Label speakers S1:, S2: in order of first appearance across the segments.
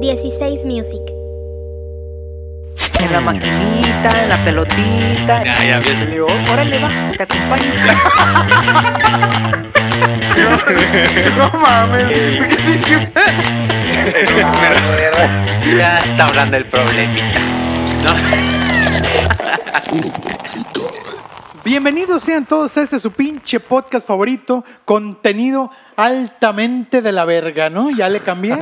S1: 16 Music.
S2: Mm.
S3: En la maquinita, en la pelotita.
S4: Ya, ya,
S3: Y le digo, órale, va, te acompaño. no, no mames.
S4: Ya está hablando el problemita.
S5: Bienvenidos sean todos a este su pinche podcast favorito, contenido altamente de la verga, ¿no? Ya le cambié.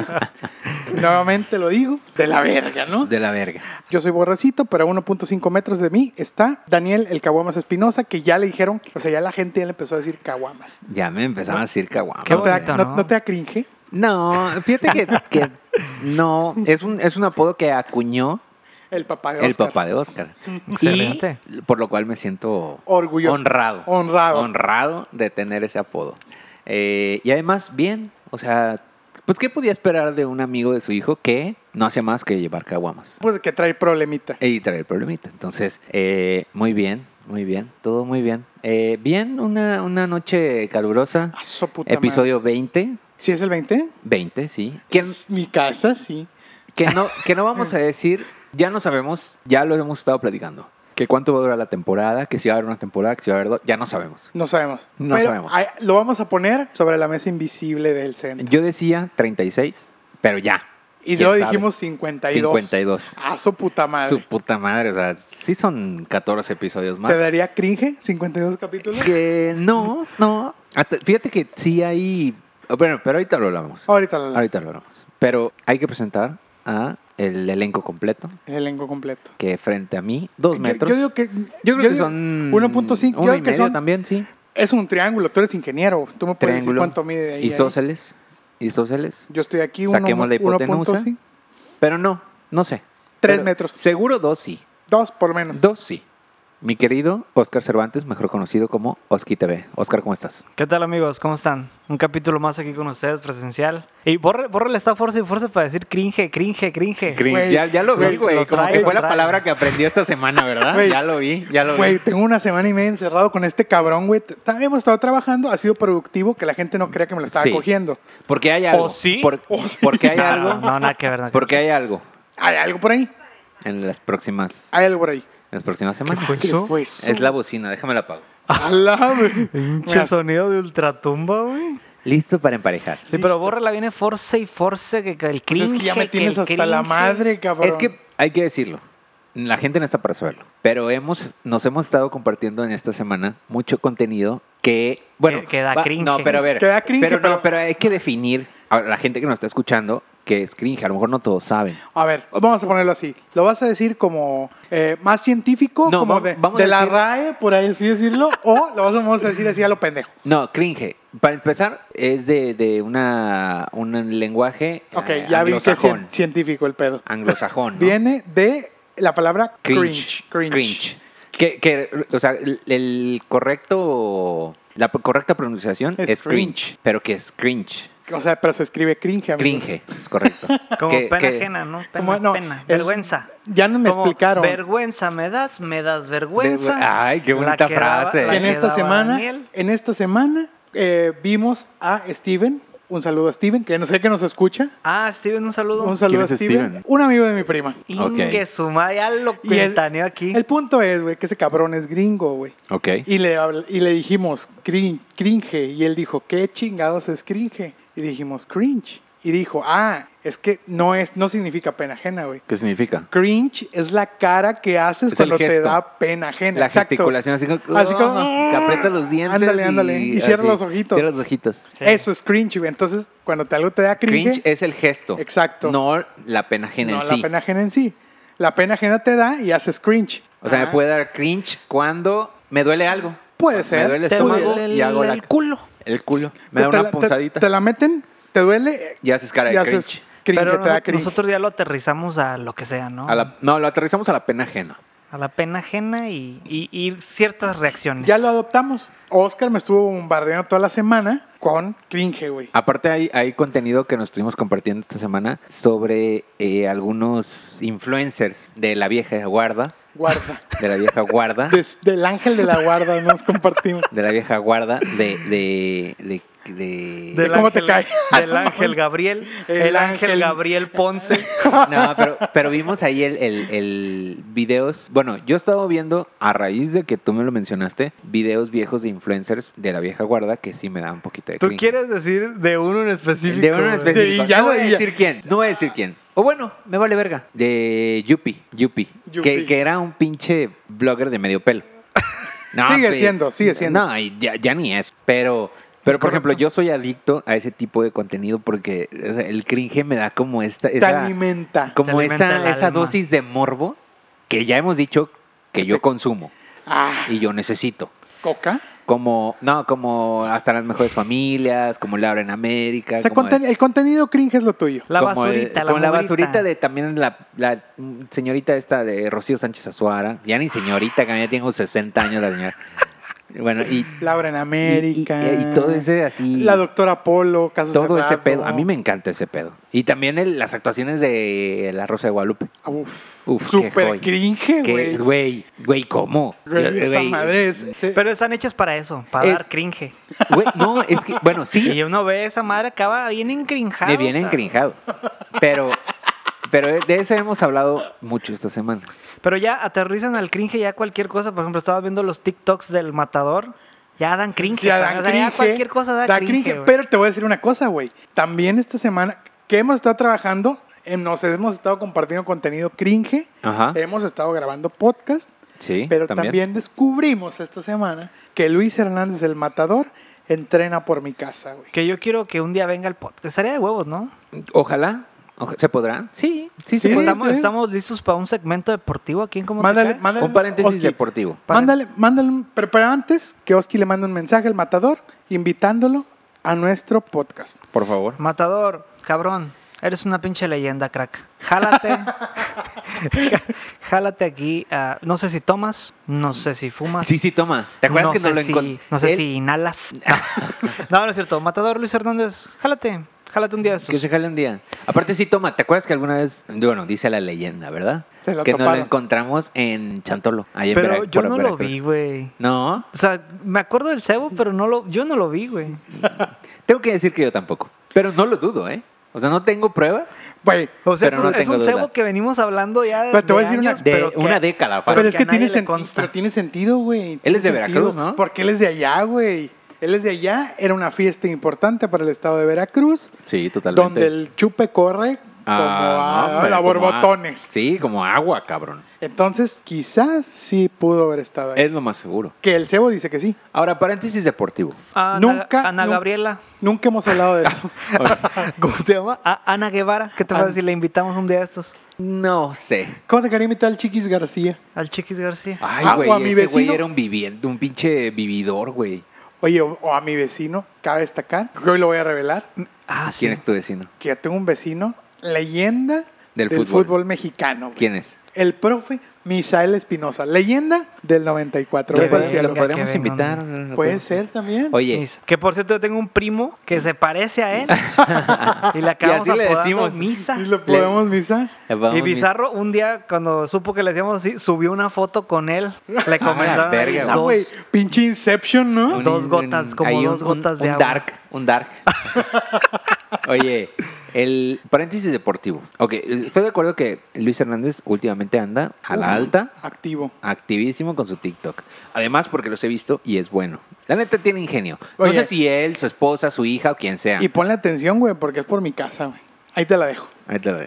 S5: Nuevamente lo digo, de la verga, ¿no?
S4: De la verga.
S5: Yo soy borracito, pero a 1.5 metros de mí está Daniel el Caguamas Espinosa, que ya le dijeron, o sea, ya la gente ya le empezó a decir Caguamas.
S4: Ya me empezaron a decir caguama.
S5: ¿No, te da-
S2: bonito,
S5: no-
S2: ¿no?
S5: no te da cringe?
S4: No, fíjate que, que no, es un, es un apodo que acuñó
S5: El papá de
S4: el
S5: Oscar.
S4: papá de Oscar.
S2: Excelente.
S4: Y por lo cual me siento
S5: Orgulloso.
S4: honrado.
S5: Honrado.
S4: Honrado de tener ese apodo. Eh, y además, bien, o sea, pues ¿qué podía esperar de un amigo de su hijo que no hace más que llevar caguamas?
S5: Pues que trae problemita.
S4: Y traer problemita. Entonces, eh, muy bien, muy bien, todo muy bien. Eh, bien, una, una noche calurosa,
S5: Ah, su puta madre.
S4: episodio 20,
S5: ¿Sí es el 20?
S4: 20, sí. Que,
S5: Es mi casa, sí.
S4: que, no, que no vamos a decir, ya no sabemos, ya lo hemos estado platicando. Que cuánto va a durar la temporada, que si va a haber una temporada, que si va a haber dos, ya no sabemos.
S5: No sabemos.
S4: No
S5: Pero
S4: sabemos.
S5: ahí- lo vamos a poner sobre la mesa invisible del centro.
S4: Yo decía 36, pero ya.
S5: y
S4: quién
S5: luego
S4: sabe.
S5: dijimos 52.
S4: 52.
S5: A su puta Ah, madre.
S4: Su puta madre, o sea, sí son 14 episodios más.
S5: ¿Te daría cringe 52 capítulos?
S4: Que no, no. Hasta- fíjate que sí hay. Bueno, pero ahorita lo hablamos.
S5: Ahorita lo
S4: Ahorita lo hablamos. Pero hay que presentar a el elenco completo,
S5: El elenco completo.
S4: que frente a mí, dos
S5: Yo-
S4: metros.
S5: Yo, digo que.
S4: Yo creo que
S5: digo-
S4: son
S5: 1.5,
S4: uno
S5: yo
S4: y
S5: creo que
S4: medio
S5: son-
S4: también, sí.
S5: Es un triángulo. Tú eres ingeniero. Tú me puedes decir
S4: Triángulo.
S5: cuánto mide de ahí. a ahí.
S4: Isósceles. Isósceles.
S5: Yo estoy aquí.
S4: Saquemos la hipotenusa.
S5: 1.5.
S4: Pero no, no sé.
S5: 3
S4: Pero
S5: metros.
S4: Seguro dos sí.
S5: 2 por lo menos.
S4: Dos sí. Mi querido Oscar Cervantes, mejor conocido como Oski TV. Oscar, ¿cómo estás?
S2: ¿Qué tal amigos? ¿Cómo están? Un capítulo más aquí con ustedes, presencial. Y borre, borre le está fuerza y fuerza para decir cringe, cringe, cringe.
S4: Cringe.
S5: Güey,
S4: ya, ya lo
S2: güey,
S4: vi, güey.
S2: lo
S4: Como
S2: trae,
S4: que
S2: lo
S4: fue la
S2: trae.
S4: palabra que aprendió esta semana, ¿verdad?
S5: Güey.
S4: ya lo vi, ya lo
S5: Güey,
S4: vi.
S5: tengo una semana y media encerrado con este cabrón, güey. T- Hemos estado trabajando, ha sido productivo, que la gente no crea que me la estaba
S4: Sí.
S5: cogiendo.
S4: Porque hay algo.
S2: ¿O sí?
S4: Por-
S5: ¿O sí? Ah,
S4: Porque hay
S2: No,
S4: algo.
S2: No, no, nada que ver. nada que ver.
S4: Porque hay algo
S5: ¿Hay algo por ahí?
S4: en las próximas,
S5: Hay algo por ahí.
S4: en las próximas semanas.
S2: fue? ¿Eso?
S5: fue eso?
S4: Es la bocina, déjame la apago.
S5: Alá, güey.
S2: Pinche
S5: Me as-
S2: sonido de ultratumba, güey.
S4: Listo para emparejar.
S2: Sí, pero borre la viene force y force que, que el
S5: Pues
S2: cringe.
S5: es que ya me
S2: el
S5: tienes hasta la
S2: cringe.
S5: madre, cabrón.
S4: Es que hay que decirlo. La gente no está para saberlo. Pero hemos, nos hemos estado compartiendo en esta semana mucho contenido que. Bueno,
S2: Que- que da cringe.
S4: No, pero a ver.
S5: Que da cringe,
S4: pero,
S5: pero-
S4: no, pero hay que definir a la gente que nos está escuchando que es cringe. A lo mejor no todos saben.
S5: A ver, vamos a ponerlo así. ¿Lo vas a decir como eh, más científico,
S4: No,
S5: como
S4: vamos-
S5: de,
S4: vamos
S5: de
S4: a
S5: la
S4: decir-
S5: RAE, por ahí así decirlo? ¿O lo vas- vamos a decir así a lo pendejo?
S4: No, cringe. Para empezar, es de, de una, un lenguaje.
S5: Ok,
S4: eh,
S5: ya vi que es
S4: anglosajón.
S5: cien- científico el pedo.
S4: Anglosajón. ¿no?
S5: Viene de la palabra
S4: Cringe.
S5: cringe. Cringe.
S4: Que, que, o sea, el, el correcto. La p- correcta pronunciación es,
S5: Es
S4: cringe,
S5: cringe.
S4: Pero que es cringe.
S5: O sea, pero se escribe cringe, amigos.
S4: Cringe, es correcto.
S2: Como
S4: Que-
S2: pena
S4: que-
S2: ajena, ¿no? Pena,
S5: Como- no,
S2: pena.
S5: es-
S2: Vergüenza.
S5: Ya no me
S2: Como,
S5: explicaron.
S2: Vergüenza me das, me das vergüenza.
S4: Ay, qué
S2: La
S4: bonita
S2: que daba-
S4: frase.
S2: la
S5: Que en
S2: que
S5: esta
S2: daba
S5: semana,
S2: Daniel.
S5: en esta semana eh, vimos a Steven. Un saludo a Steven, que no sé que nos escucha.
S2: Ah, Steven, un saludo.
S5: Un saludo
S4: ¿Quién
S5: a
S4: es
S5: Steven.
S4: Steven?
S5: Un amigo de mi prima.
S2: Ingue su madre, ya lo
S5: Y el-
S2: cuentaneó aquí.
S5: El punto es, güey, que ese cabrón es gringo, güey.
S4: Ok.
S5: Y le, habl- y le dijimos crin- cringe. Y él dijo, ¿qué chingados es cringe? Y dijimos, cringe. Y dijo, ah, es que no es, no significa pena ajena, güey.
S4: ¿Qué significa?
S5: Cringe es la cara que haces
S4: Es el
S5: cuando te
S4: gesto.
S5: da pena ajena.
S4: La
S5: Exacto.
S4: gesticulación así como, ¡ah!
S5: Así como,
S4: que aprieta los dientes.
S5: ándale, ándale, y cierra los ojitos.
S4: Cierra los ojitos.
S5: Eso es cringe, güey. Entonces, cuando te, algo te da cringe,
S4: Cringe es el gesto.
S5: Exacto.
S4: No la pena ajena
S5: no
S4: en
S5: la
S4: sí.
S5: pena ajena en sí. La pena ajena te da y haces cringe.
S4: O sea,
S5: Ah,
S4: me puede dar cringe cuando me duele algo.
S5: Puede ser.
S4: Me duele el
S2: Te
S4: estómago
S2: duele
S4: y hago la,
S2: el culo.
S4: el culo. Me da
S5: te
S4: una
S5: la- te-
S4: punzadita.
S5: Te, la meten, te duele
S4: y haces cara
S5: y
S4: de
S5: haces
S4: cringe.
S5: cringe,
S2: Pero
S5: te da
S2: no-
S5: cringe.
S2: nosotros ya lo aterrizamos a lo que sea, ¿no?
S4: A la- no, lo aterrizamos a la pena ajena.
S2: A la pena ajena y, y- y ciertas reacciones.
S5: Ya lo adoptamos. Oscar me estuvo bombardeando toda la semana con cringe, güey.
S4: Aparte hay, hay contenido que nos estuvimos compartiendo esta semana sobre eh, algunos influencers de la vieja guarda,
S5: Guarda.
S4: de la vieja guarda,
S5: Des- del ángel de la guarda nos compartimos.
S4: de la vieja guarda, de, de, de de-
S2: Del
S5: ¿Cómo te
S2: ángel-
S5: caes?
S2: Del ángel Gabriel.
S5: El
S2: El, ángel,
S5: ángel.
S2: Gabriel Ponce.
S4: No, pero, pero vimos ahí el, el- el videos. Bueno, yo he estado viendo, a raíz de que tú me lo mencionaste, videos viejos de influencers de la vieja guarda que sí me da un poquito de
S2: ¿Tú
S4: cringe.
S2: quieres decir de uno en específico?
S4: De uno en
S2: güey?
S4: específico.
S5: Sí, ya
S4: no voy a
S5: lo- ya-
S4: decir quién. No voy a decir quién. O bueno, me vale verga. De Yuppie. Yuppie.
S5: Yupi.
S4: Que, que era un pinche blogger de medio pelo.
S5: Sigue
S4: pe-
S5: siendo, sigue siendo.
S4: No, y ya, ya ni es. Pero, pero
S2: Es
S4: por ejemplo,
S2: correcto.
S4: yo soy adicto a ese tipo de contenido porque o sea, el cringe me da como esta.
S5: Te
S4: esa-
S5: alimenta.
S4: como
S2: Te alimenta
S4: esa,
S2: el
S4: esa
S2: alma.
S4: dosis de morbo que ya hemos dicho que yo consumo
S5: Ah,
S4: y yo necesito.
S5: coca.
S4: Como, no, como hasta las mejores familias, como Laura en América.
S5: O sea,
S4: como
S5: conten- el contenido cringe es lo tuyo.
S2: La
S4: como el-
S2: basurita, la
S4: como la
S2: mugrita.
S4: basurita de también la, la mm, señorita esta de Rocío Sánchez Azuara. Ya ni señorita, que ya tengo 60 años la señora. Bueno, y,
S5: Laura en
S4: y, y-
S5: América.
S4: y todo ese así.
S5: La doctora Polo, caso
S4: todo ese
S5: Cerrado.
S4: pedo. A mí me encanta ese pedo. Y también el- las actuaciones de La Rosa de Guadalupe.
S5: Uf,
S4: Uf, qué
S5: super
S4: joya.
S5: cringe,
S4: Que,
S5: güey.
S4: güey, güey, ¿cómo?
S5: Güey, eh, Esa
S4: Güey,
S5: madre es. sí.
S2: Pero están hechas para eso, para
S4: Es-
S2: dar cringe.
S4: güey, no, es que, bueno, sí,
S2: Y uno ve esa madre acaba bien encrinjada.
S4: me viene encrinjado. Pero, pero de eso hemos hablado mucho esta semana.
S2: Pero ya aterrizan al cringe ya cualquier cosa. Por ejemplo, estaba viendo los TikToks del matador. Ya dan cringe.
S5: Ya
S2: cabrón.
S5: dan
S2: O sea, ya
S5: cringe,
S2: cualquier cosa da,
S5: da
S2: cringe.
S5: cringe,
S2: güey.
S5: pero te voy a decir una cosa, güey. También esta semana que hemos estado trabajando, eh, nos hemos estado compartiendo contenido cringe,
S4: Ajá.
S5: hemos estado grabando podcast,
S4: Ah. Sí,
S5: Eh, pero también. descubrimos esta semana que Luis Hernández el Matador entrena por mi casa, güey.
S2: Que yo quiero que un día venga el podcast. Estaría de huevos, ¿no?
S4: Ojalá. oja- ¿Se podrá? Sí, sí, se
S5: Sí,
S4: podrá.
S2: estamos, estamos listos para un segmento deportivo aquí en Como
S5: Mándale, mándale
S4: Un paréntesis
S5: Oski,
S4: deportivo.
S2: Paren-
S5: Mándale, mándale, un- pero, pero antes que Oski le mande un mensaje al matador invitándolo a nuestro podcast.
S4: Por favor.
S2: Matador, cabrón, eres una pinche leyenda, crack. Jálate. jálate aquí. ah, no sé si tomas, no sé si fumas.
S4: Sí, sí, toma. ¿Te acuerdas
S2: no
S4: que no
S2: sé
S4: lo
S2: si-
S4: encontré?
S2: No sé si inhalas. No, no es cierto. Matador Luis Hernández, jálate. Jálate un día de
S4: Que
S2: estos.
S4: se jale un día. Aparte, sí, toma. ¿Te acuerdas que alguna vez, bueno, dice la leyenda, ¿verdad?
S5: Se lo
S4: que nos lo
S5: toparon.
S4: encontramos en Chantolo. ahí en
S2: Pero
S4: Vera-
S2: yo
S4: por
S2: no lo
S4: Veracruz.
S2: vi, güey.
S4: No,
S2: O sea, me acuerdo del cebo, pero no lo, yo no lo vi, güey.
S4: tengo que decir que yo tampoco. Pero no lo dudo, ¿eh? O sea, no tengo pruebas.
S5: Güey,
S2: O sea,
S4: Pero
S2: es un,
S4: no
S2: es
S4: tengo
S2: un cebo
S4: dudas.
S2: que venimos hablando ya de,
S5: Pero te voy a decir una-
S2: años,
S4: De
S2: pero que-
S4: una década.
S2: Pero
S5: Pero,
S4: fácil.
S5: es
S2: que
S5: que
S2: a nadie
S5: tiene,
S2: le
S5: sen-
S2: consta.
S5: pero tiene sentido,
S4: Él
S5: güey.
S4: es
S5: Tiene
S4: de
S5: sentido,
S4: Veracruz, ¿no?
S5: Porque él es de allá, güey. Él es de allá. Era una fiesta importante para el estado de Veracruz,
S4: Sí, totalmente.
S5: donde el chupe corre como
S4: Ah,
S5: a,
S4: hombre, como
S5: a
S4: a-
S5: borbotones.
S4: Sí, como agua, cabrón.
S5: Entonces, quizás sí pudo haber estado ahí.
S4: Es lo más seguro.
S5: Que el cebo dice que sí.
S4: Ahora, paréntesis deportivo.
S2: Ah, Ana-
S5: Nunca,
S2: Ana
S5: nunca.
S2: Gabriela.
S5: Nunca hemos hablado de eso.
S2: ¿Cómo se llama? A- Ana Guevara. ¿Qué te
S5: Ana-
S2: pasa si le invitamos un día de estos?
S4: No sé.
S5: ¿Cómo te quería invitar al Chiquis García?
S2: Al Chiquis García.
S4: Ay,
S5: Ah,
S4: güey,
S5: o a mi
S4: ese güey
S5: vecino.
S4: era un viviente, un pinche vividor, güey.
S5: Oye, o, o a mi vecino, cabe destacar, que hoy lo voy a revelar,
S2: Ah, sí.
S4: ¿Quién es tu vecino?
S5: que yo tengo un vecino leyenda
S4: Del
S5: del,
S4: fútbol.
S5: fútbol. mexicano. güey.
S4: ¿Quién es?
S5: El profe Misael Espinosa, leyenda del 94.
S4: Lo,
S2: Que
S5: Ve pa'l
S2: venga,
S5: cielo.
S4: lo podríamos
S2: que venga
S4: invitar.
S5: Puede ser también.
S4: Oye,
S2: Misa. Que por cierto, yo tengo un primo que se parece a él. y le acabamos
S4: Y así le
S2: apodando
S4: decimos.
S2: Misa.
S5: ¿Y lo podemos misa?
S4: eh, vamos
S2: Y
S4: bien.
S2: Bizarro, un día, cuando supo que le decíamos así, subió una foto con él. Le comentaron ahí
S4: verga,
S5: Ah,
S2: dos.
S5: güey, pinche Inception, ¿no?
S2: dos gotas, como
S4: hay
S2: dos gotas de
S4: un
S2: agua.
S4: dark, un dark. Oye, el paréntesis deportivo. Ok, estoy de acuerdo que Luis Hernández últimamente anda a la
S5: Uf,
S4: alta,
S5: Activo.
S4: activísimo con su TikTok. Además, porque los he visto y es bueno. La neta tiene ingenio. No
S5: Oye.
S4: sé si él, su esposa, su hija o quien sea.
S5: Y ponle atención, güey, porque es por mi casa, güey. Ahí te la dejo.
S4: Ahí te la-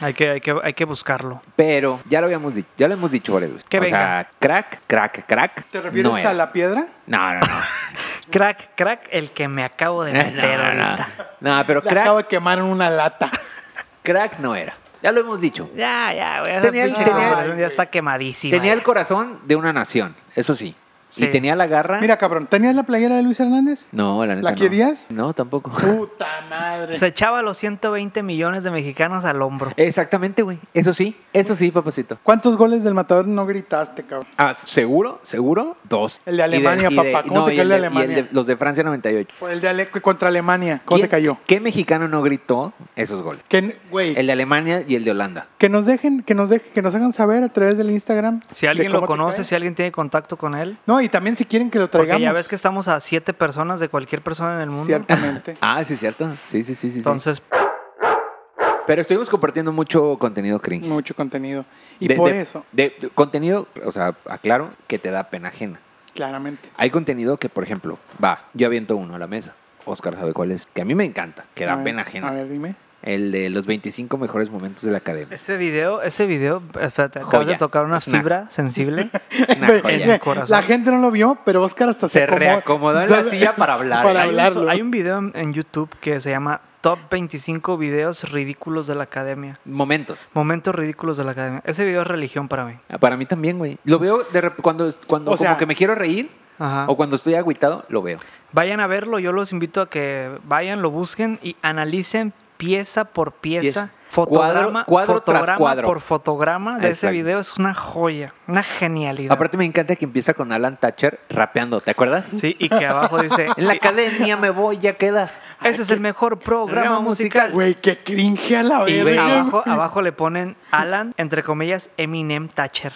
S2: Hay que, hay, que, hay que buscarlo.
S4: Pero ya lo habíamos dicho, ya lo hemos dicho varias veces.
S2: Que
S4: o sea, crack, crack, crack.
S5: ¿Te refieres
S4: no
S5: a
S4: era.
S5: la piedra?
S4: No, no, no.
S2: Crack, crack, el que me acabo de
S4: no,
S2: meter
S4: no, no.
S2: ahorita.
S4: No, pero
S5: Le acabo
S4: crack,
S5: de quemar en una lata.
S4: crack no era. Ya lo hemos dicho.
S2: Ya, ya, güey.
S4: Tenía el-
S2: esa pinche
S5: tenía el-
S2: conversación ya está quemadísima.
S4: tenía el
S2: ya.
S4: corazón de una nación, eso sí.
S2: Sí.
S4: Y tenía la garra.
S5: Mira, cabrón, ¿tenías la playera de Luis Hernández?
S4: no, la neta.
S5: ¿La
S4: no.
S5: querías?
S4: No, tampoco.
S5: Puta madre.
S2: Se echaba los 120 millones de mexicanos al hombro.
S4: Eh, Exactamente, güey. Eso sí, eso sí, papacito.
S5: ¿Cuántos goles del matador no gritaste, cabrón?
S4: Ah, seguro, seguro, dos.
S5: El de Alemania, papá. ¿Cómo te
S4: y
S5: cayó el de
S4: y
S5: Alemania?
S4: de- los de Francia 98.
S5: Por el de Ale- contra Alemania. ¿Cómo
S4: ¿Quién-
S5: te cayó?
S4: ¿Qué mexicano no gritó esos goles?
S5: Que, güey,
S4: El de Alemania y el de Holanda.
S5: que nos dejen, que nos dejen, que nos hagan saber a través del Instagram.
S2: Si
S5: de
S2: alguien
S5: cómo
S2: lo
S5: te
S2: conoce,
S5: cae.
S2: si alguien tiene contacto con él,
S5: No, No, y también si quieren que lo traigamos.
S2: Porque ya ves que estamos a siete personas de cualquier persona en el mundo.
S5: Ciertamente.
S4: Ah, sí, cierto. Sí, sí, sí, sí. sí.
S2: Entonces,
S4: Pero estuvimos compartiendo mucho contenido cringe.
S5: Mucho contenido. Y
S4: De-
S5: por
S4: de-
S5: eso,
S4: de- de contenido, o sea, aclaro, que te da pena ajena.
S5: claramente.
S4: Hay contenido que, por ejemplo, va, yo aviento uno a la mesa. Oscar sabe cuál es, que a mí me encanta, que
S5: A
S4: da
S5: ver,
S4: pena
S5: A
S4: ajena.
S5: ver, dime.
S4: El de los 25 mejores momentos de la academia.
S2: ese video, ese video, espérate, acabas
S4: Joya.
S2: de tocar una
S4: Es una-
S2: fibra sensible.
S4: Es una
S5: Ve,
S4: joya.
S5: ve,
S2: corazón.
S5: La gente no lo vio, pero Oscar hasta se,
S4: Se reacomodó en la silla para hablar.
S5: Para
S4: ¿eh?
S2: Hay un-
S5: hablarlo.
S2: Hay un video en- en YouTube que se llama Top 25 videos ridículos de la academia.
S4: Momentos. Ah,
S2: Momentos ridículos de la academia. Ese video es religión para mí.
S4: Para mí también, güey. Lo veo de rep- cuando, cuando
S5: O
S4: como
S5: sea- Ah.
S4: que me quiero reír
S2: Ajá.
S4: o cuando estoy agüitado, lo veo.
S2: Vayan a verlo, yo los invito a que vayan, lo busquen y analicen pieza por pieza,
S4: Pieza. Cuadro-
S2: fotograma,
S4: cuadro tras
S2: fotograma
S4: cuadro.
S2: por fotograma de ese
S4: Exacto.
S2: video. Es una joya, una genialidad.
S4: Aparte me encanta que empieza con Alan Thatcher rapeando, ¿te acuerdas?
S2: Sí, y que abajo dice,
S4: En la academia me voy ya queda.
S2: ese es el mejor programa
S4: Programa musical".
S2: musical.
S5: Güey, que cringe a la
S2: Y ah,
S5: verga.
S2: abajo, abajo le ponen Alan, entre comillas, Eminem Thatcher.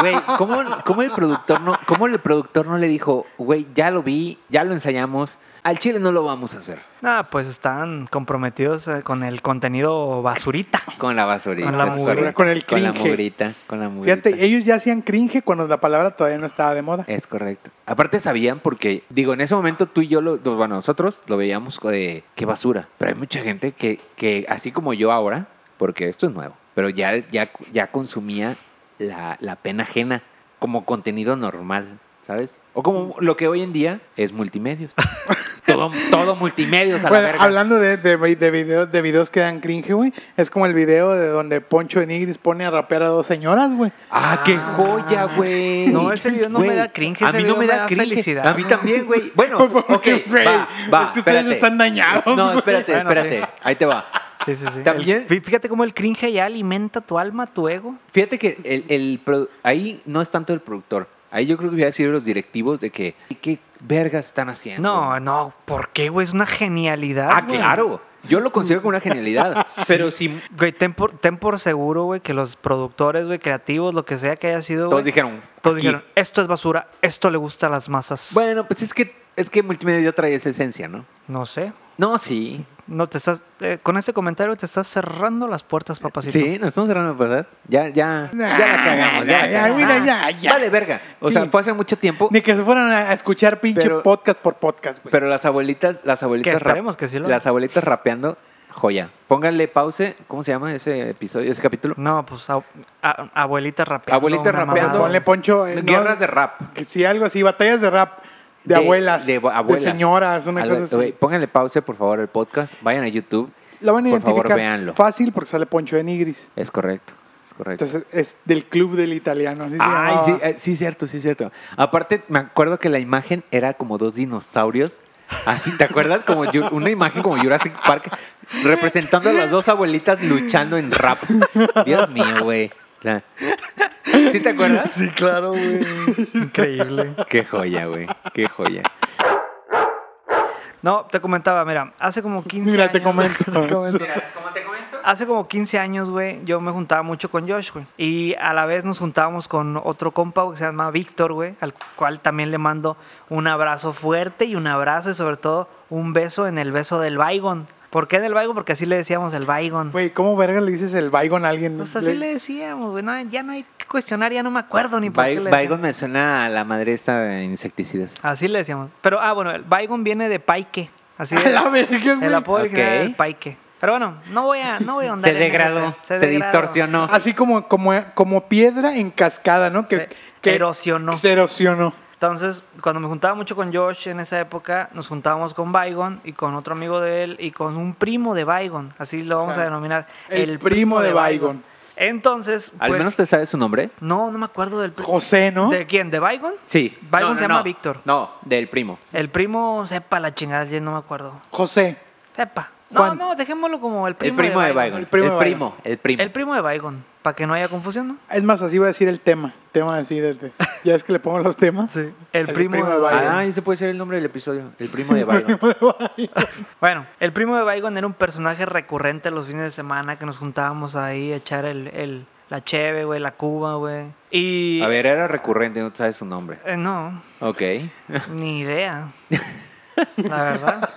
S4: Güey, ¿cómo, cómo el productor no, cómo el productor no le dijo, güey, ya lo vi, ya lo ensayamos, al chile no lo vamos a hacer
S2: Ah, pues están comprometidos eh, con el contenido basurita.
S4: con la basurita.
S2: Con la
S4: es
S2: basura,
S4: correcto.
S5: con el
S4: Con la
S5: cringe.
S4: mugrita, con la mugrita.
S5: Fíjate, ellos ya hacían cringe cuando la palabra todavía no estaba de moda.
S4: Es correcto. Aparte sabían porque, digo, en ese momento tú y yo, lo, lo- bueno, nosotros lo veíamos co- de qué basura. Pero hay mucha gente que, que así como yo ahora, porque esto es nuevo, pero ya, ya, ya consumía la, la pena ajena como contenido normal, ¿sabes? O como lo que hoy en día es multimedios. todo, todo multimedios a
S5: Bueno,
S4: la verga.
S5: hablando de, de, de videos, de videos que dan cringe, güey, es como el video de donde Poncho de Nigris pone a rapear a dos señoras, güey.
S4: Ah, qué joya, güey.
S2: No, ese video no me
S4: Güey,
S2: da cringe,
S4: A
S2: ese
S4: mí
S2: video
S4: no me da, cringe.
S2: felicidad.
S4: A mí también, güey. Bueno, ok,
S5: Porque, güey,
S4: va, va,
S5: es que ustedes
S4: espérate.
S5: están dañados,
S4: No,
S5: güey.
S4: espérate,
S2: Bueno,
S4: espérate.
S2: sí.
S4: Ahí te va.
S2: Sí, sí, sí.
S4: También-
S2: El- fí- fíjate cómo el cringe ya alimenta tu alma, tu ego.
S4: Fíjate que el, el pro- ahí no es tanto el productor. Ahí yo creo que voy a decir los directivos de que qué vergas están haciendo.
S2: No, no, ¿por qué, güey? Es una genialidad.
S4: Ah,
S2: güey.
S4: claro. Yo lo considero como una genialidad. Pero si
S2: Güey, ten por, ten por seguro, güey, que los productores, güey, creativos, lo que sea que haya sido,
S4: todos
S2: güey,
S4: dijeron,
S2: todos
S4: aquí.
S2: dijeron, esto es basura, esto le gusta a las masas.
S4: Bueno, pues es que es que multimedia trae esa esencia, ¿no?
S2: No sé.
S4: No, sí.
S2: No te estás, eh, con este comentario te estás cerrando las puertas, papacito.
S4: Sí, nos estamos cerrando, ¿verdad? Ya, ya, ya la cagamos, ya, la
S5: ya,
S4: cagamos. Ah,
S5: mira, ya, ya.
S4: Vale, verga. O
S5: Sí.
S4: sea, fue hace mucho tiempo,
S5: Ni que se fueran a a escuchar pinche
S4: Pero-
S5: podcast por podcast, güey.
S4: pero las abuelitas, las
S2: Que
S4: abuelitas, rap-
S2: esperemos que sí lo
S4: las abuelitas rapeando, joya. Pónganle pause, ¿cómo se llama ese episodio, ese capítulo?
S2: No, pues a- a- abuelita rapeando.
S4: Abuelita
S2: una
S4: rapeando.
S2: mamada.
S5: Ponle Poncho. eh, no,
S4: Guerras de rap.
S5: que Sí, algo así, batallas de rap. De,
S4: De-
S5: abuelas, de,
S4: de abuelas.
S5: señoras, una
S4: Algo-
S5: cosa así.
S4: güey, pónganle pause, por favor, al podcast. Vayan a YouTube.
S5: Lo van a
S4: por favor,
S5: identificar
S4: véanlo.
S5: fácil porque sale Poncho de Nigris.
S4: Es correcto. Es correcto.
S5: Entonces es del club del italiano. así se
S4: Ay,
S5: llamaba.
S4: sí, eh, sí, cierto, sí, cierto. Aparte, me acuerdo que la imagen era como dos dinosaurios. Así, ¿te acuerdas? Como Ju- una imagen como Jurassic Park representando a las dos abuelitas luchando en rap. Dios mío, güey. O sea, ¿Sí te acuerdas?
S2: Sí, claro, güey. Increíble.
S4: Qué joya, güey. Qué joya.
S2: No, te comentaba, mira, hace como 15
S5: Mira,
S2: años.
S5: te comento. te comento.
S4: como te comento.
S2: Hace como 15 años, güey, yo me juntaba mucho con Josh, güey. Y a la vez nos juntábamos con otro compa güey, que se llama Víctor, güey, al cual también le mando un abrazo fuerte y un abrazo y sobre todo un beso en el beso del Baigon. ¿Por qué en el Baigon? Porque así le decíamos el Baigon.
S5: Güey, ¿cómo verga le dices el Baigon a alguien?
S2: Pues así le decíamos, güey. no, ya no hay que cuestionar, ya no me acuerdo ni por qué. le Ah,
S4: Baigon
S2: decíamos.
S4: me suena a la madre esta de insecticidas.
S2: Así le decíamos. Pero, ah, bueno, el Baigon viene de Paike. Así
S5: A la
S2: de,
S5: verga, güey.
S2: el apodo original
S4: Ok.
S2: era el Paike. Pero bueno, no voy a, no voy a ahondar
S4: se
S2: en eso,
S4: degradó,
S2: güey.
S4: se,
S2: degradó.
S4: distorsionó.
S5: Así como, como, como piedra en cascada, ¿no? Que,
S2: Se
S5: que
S2: erosionó.
S5: se erosionó.
S2: Entonces, cuando me juntaba mucho con Josh en esa época, nos juntábamos con Baigon y con otro amigo de él y con un primo de Baigon. Así lo vamos
S5: sea,
S2: a denominar.
S5: el primo de Baigon.
S2: Entonces,
S4: ¿Al
S2: pues,
S4: menos te sabes su nombre?
S2: No, no me acuerdo del... pri-
S5: José, ¿no?
S2: ¿De quién? ¿De Baigon?
S4: Sí.
S2: Baigon se llama Víctor.
S4: No, del primo.
S2: El primo, sepa la chingada, ya no me acuerdo.
S5: José.
S2: Sepa. No,
S5: Juan.
S2: no, dejémoslo como el
S4: El
S2: primo,
S4: primo de
S2: Baigon.
S4: Baigon.
S5: El
S4: El
S5: primo de
S4: primo, el primo.
S2: El primo de Baigon, para que no haya confusión, ¿no?
S5: Es más, así voy a decir el tema. Tema así desde. Ya es que le pongo los temas.
S2: Sí. El,
S5: El
S2: primo,
S5: primo de
S2: de
S5: Baigon.
S2: Baigon.
S4: Ah, ese puede ser el nombre del episodio. El primo de Baigon.
S2: Bueno, el primo de Baigon era un personaje recurrente los fines de semana que nos juntábamos ahí a echar el, el, la Cheve, güey, la Cuba, güey. Y.
S4: A ver, era recurrente, no sabes su nombre.
S2: eh, no,
S4: Ok.
S2: ni idea. La verdad.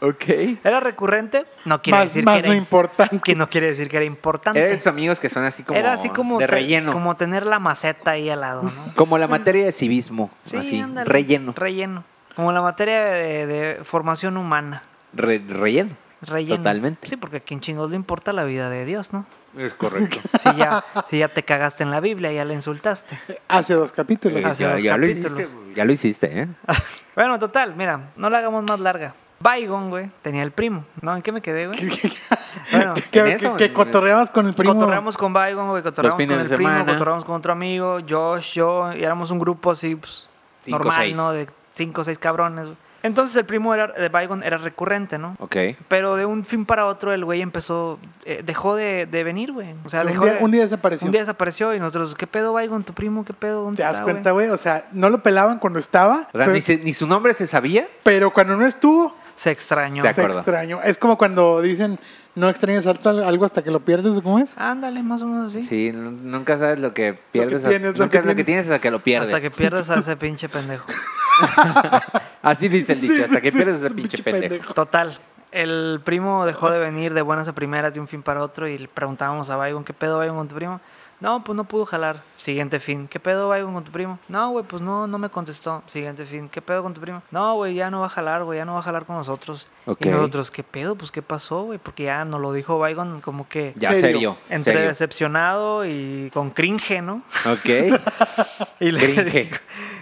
S4: Ok.
S2: Era recurrente, no quiere
S5: Más,
S2: decir
S5: más
S2: que era
S5: no
S2: im-
S5: importante.
S2: que no quiere decir que era importante.
S4: Eran esos amigos que son así como,
S2: Era así como
S4: de
S2: te-
S4: relleno. Como,
S2: Como tener la maceta ahí al lado, ¿no?
S4: la materia de civismo.
S2: Sí,
S4: así,
S2: ándale.
S4: relleno.
S2: Relleno. Como la materia de, de formación humana.
S4: Re- relleno.
S2: Relleno.
S4: Totalmente.
S2: Sí, porque a quien chingos le importa la vida de Dios, ¿no?
S4: Es correcto.
S2: Si ya, si ya te cagaste en la Biblia, ya le insultaste.
S5: Hace dos capítulos.
S2: Hace
S4: Eh, ya,
S2: dos
S4: ya lo
S2: capítulos.
S4: hiciste, ya lo hiciste, ¿eh?
S2: Bueno, total, mira, no la hagamos más larga. Baigon, güey, tenía el primo. ¿No? ¿En qué me quedé, güey? Bueno,
S5: que,
S4: en
S5: que-
S4: eso,
S5: que
S4: en-
S5: cotorreabas con el primo.
S2: cotorreamos con Baigon, güey, cotorreamos con
S4: fines
S2: el
S4: de
S2: primo,
S4: semana.
S2: cotorreamos con otro amigo, Josh, yo, y éramos un grupo así, pues,
S4: Cinco,
S2: normal,
S4: seis.
S2: ¿no? De cinco o seis cabrones. güey. Entonces el primo era, de Baigon era recurrente, ¿no?
S4: Ok.
S2: Pero de un fin para otro el güey empezó, eh, dejó de, de venir, güey. O
S5: O
S2: sea,
S5: sea, un,
S2: dejó
S5: día,
S2: de-
S5: un día desapareció.
S2: un día desapareció y nosotros, ¿qué pedo, Baigon? ¿Tu primo? ¿Qué pedo? ¿Dónde
S5: ¿Te das
S2: está, güey?"
S5: cuenta, güey? O sea, no lo pelaban cuando estaba,
S4: O sea,
S5: pero,
S4: ni, se- ni su nombre se sabía.
S5: pero cuando no estuvo,
S2: Se extrañó.
S4: De
S5: se
S4: acuerdo.
S5: extrañó. Es como cuando dicen, no extrañas harto al- algo hasta que lo pierdes, ¿o ¿cómo es?
S2: Ándale, más o menos así.
S4: Sí, n- nunca sabes lo que pierdes.
S5: tienes,
S4: as-
S5: lo
S4: nunca
S5: que
S4: es lo que
S5: tienes.
S4: tienes hasta que lo pierdes.
S2: Hasta que pierdas a ese pinche pendejo.
S4: Así dice el dicho, hasta que pierdes ese
S5: Es un
S4: pinche pendejo.
S2: Total. El primo dejó de venir de buenas a primeras de un fin para otro y le preguntábamos a Baigon, ¿qué pedo Baigon con tu primo? No, pues no pudo jalar. Siguiente fin. ¿Qué pedo Baigon con tu primo? No, güey, pues no, no me contestó. Siguiente fin. ¿Qué pedo con tu primo? No, güey, ya no va a jalar, güey, ya no va a jalar con nosotros.
S4: Ok.
S2: Y nosotros, ¿qué pedo? Pues qué pasó, güey, porque ya nos lo dijo Baigon como que
S4: Ya serio.
S5: Serio.
S2: entre
S4: serio.
S2: decepcionado y con cringe, ¿no?
S4: Ok.
S2: Y le,
S4: Cringe.
S2: digo-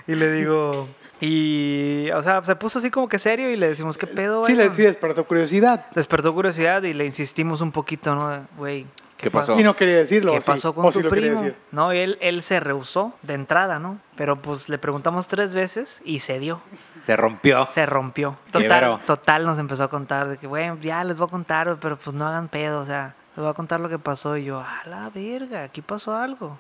S2: y le digo, y, o sea, se puso así como que serio y le decimos, ¿qué pedo?
S5: Sí, le
S2: Byron?"
S5: sí despertó curiosidad.
S2: Despertó curiosidad y le insistimos un poquito, ¿no? De, Güey,
S4: ¿Qué
S2: pas-
S4: pasó?
S5: Y no quería decirlo.
S2: ¿Qué
S5: o sí,
S2: pasó
S5: o
S2: con
S5: sí
S2: tu
S5: lo quería
S2: primo?
S5: decir.
S2: No, y él, él se rehusó de entrada, ¿no? Pero pues le preguntamos tres veces y se dio,
S4: Se rompió.
S2: se rompió.
S4: Qué vero.
S2: Total, total nos empezó a contar de que, güey, ya les voy a contar, güey, pero pues no hagan pedo, o sea, les voy a contar lo que pasó. Y yo, a la verga, aquí pasó algo.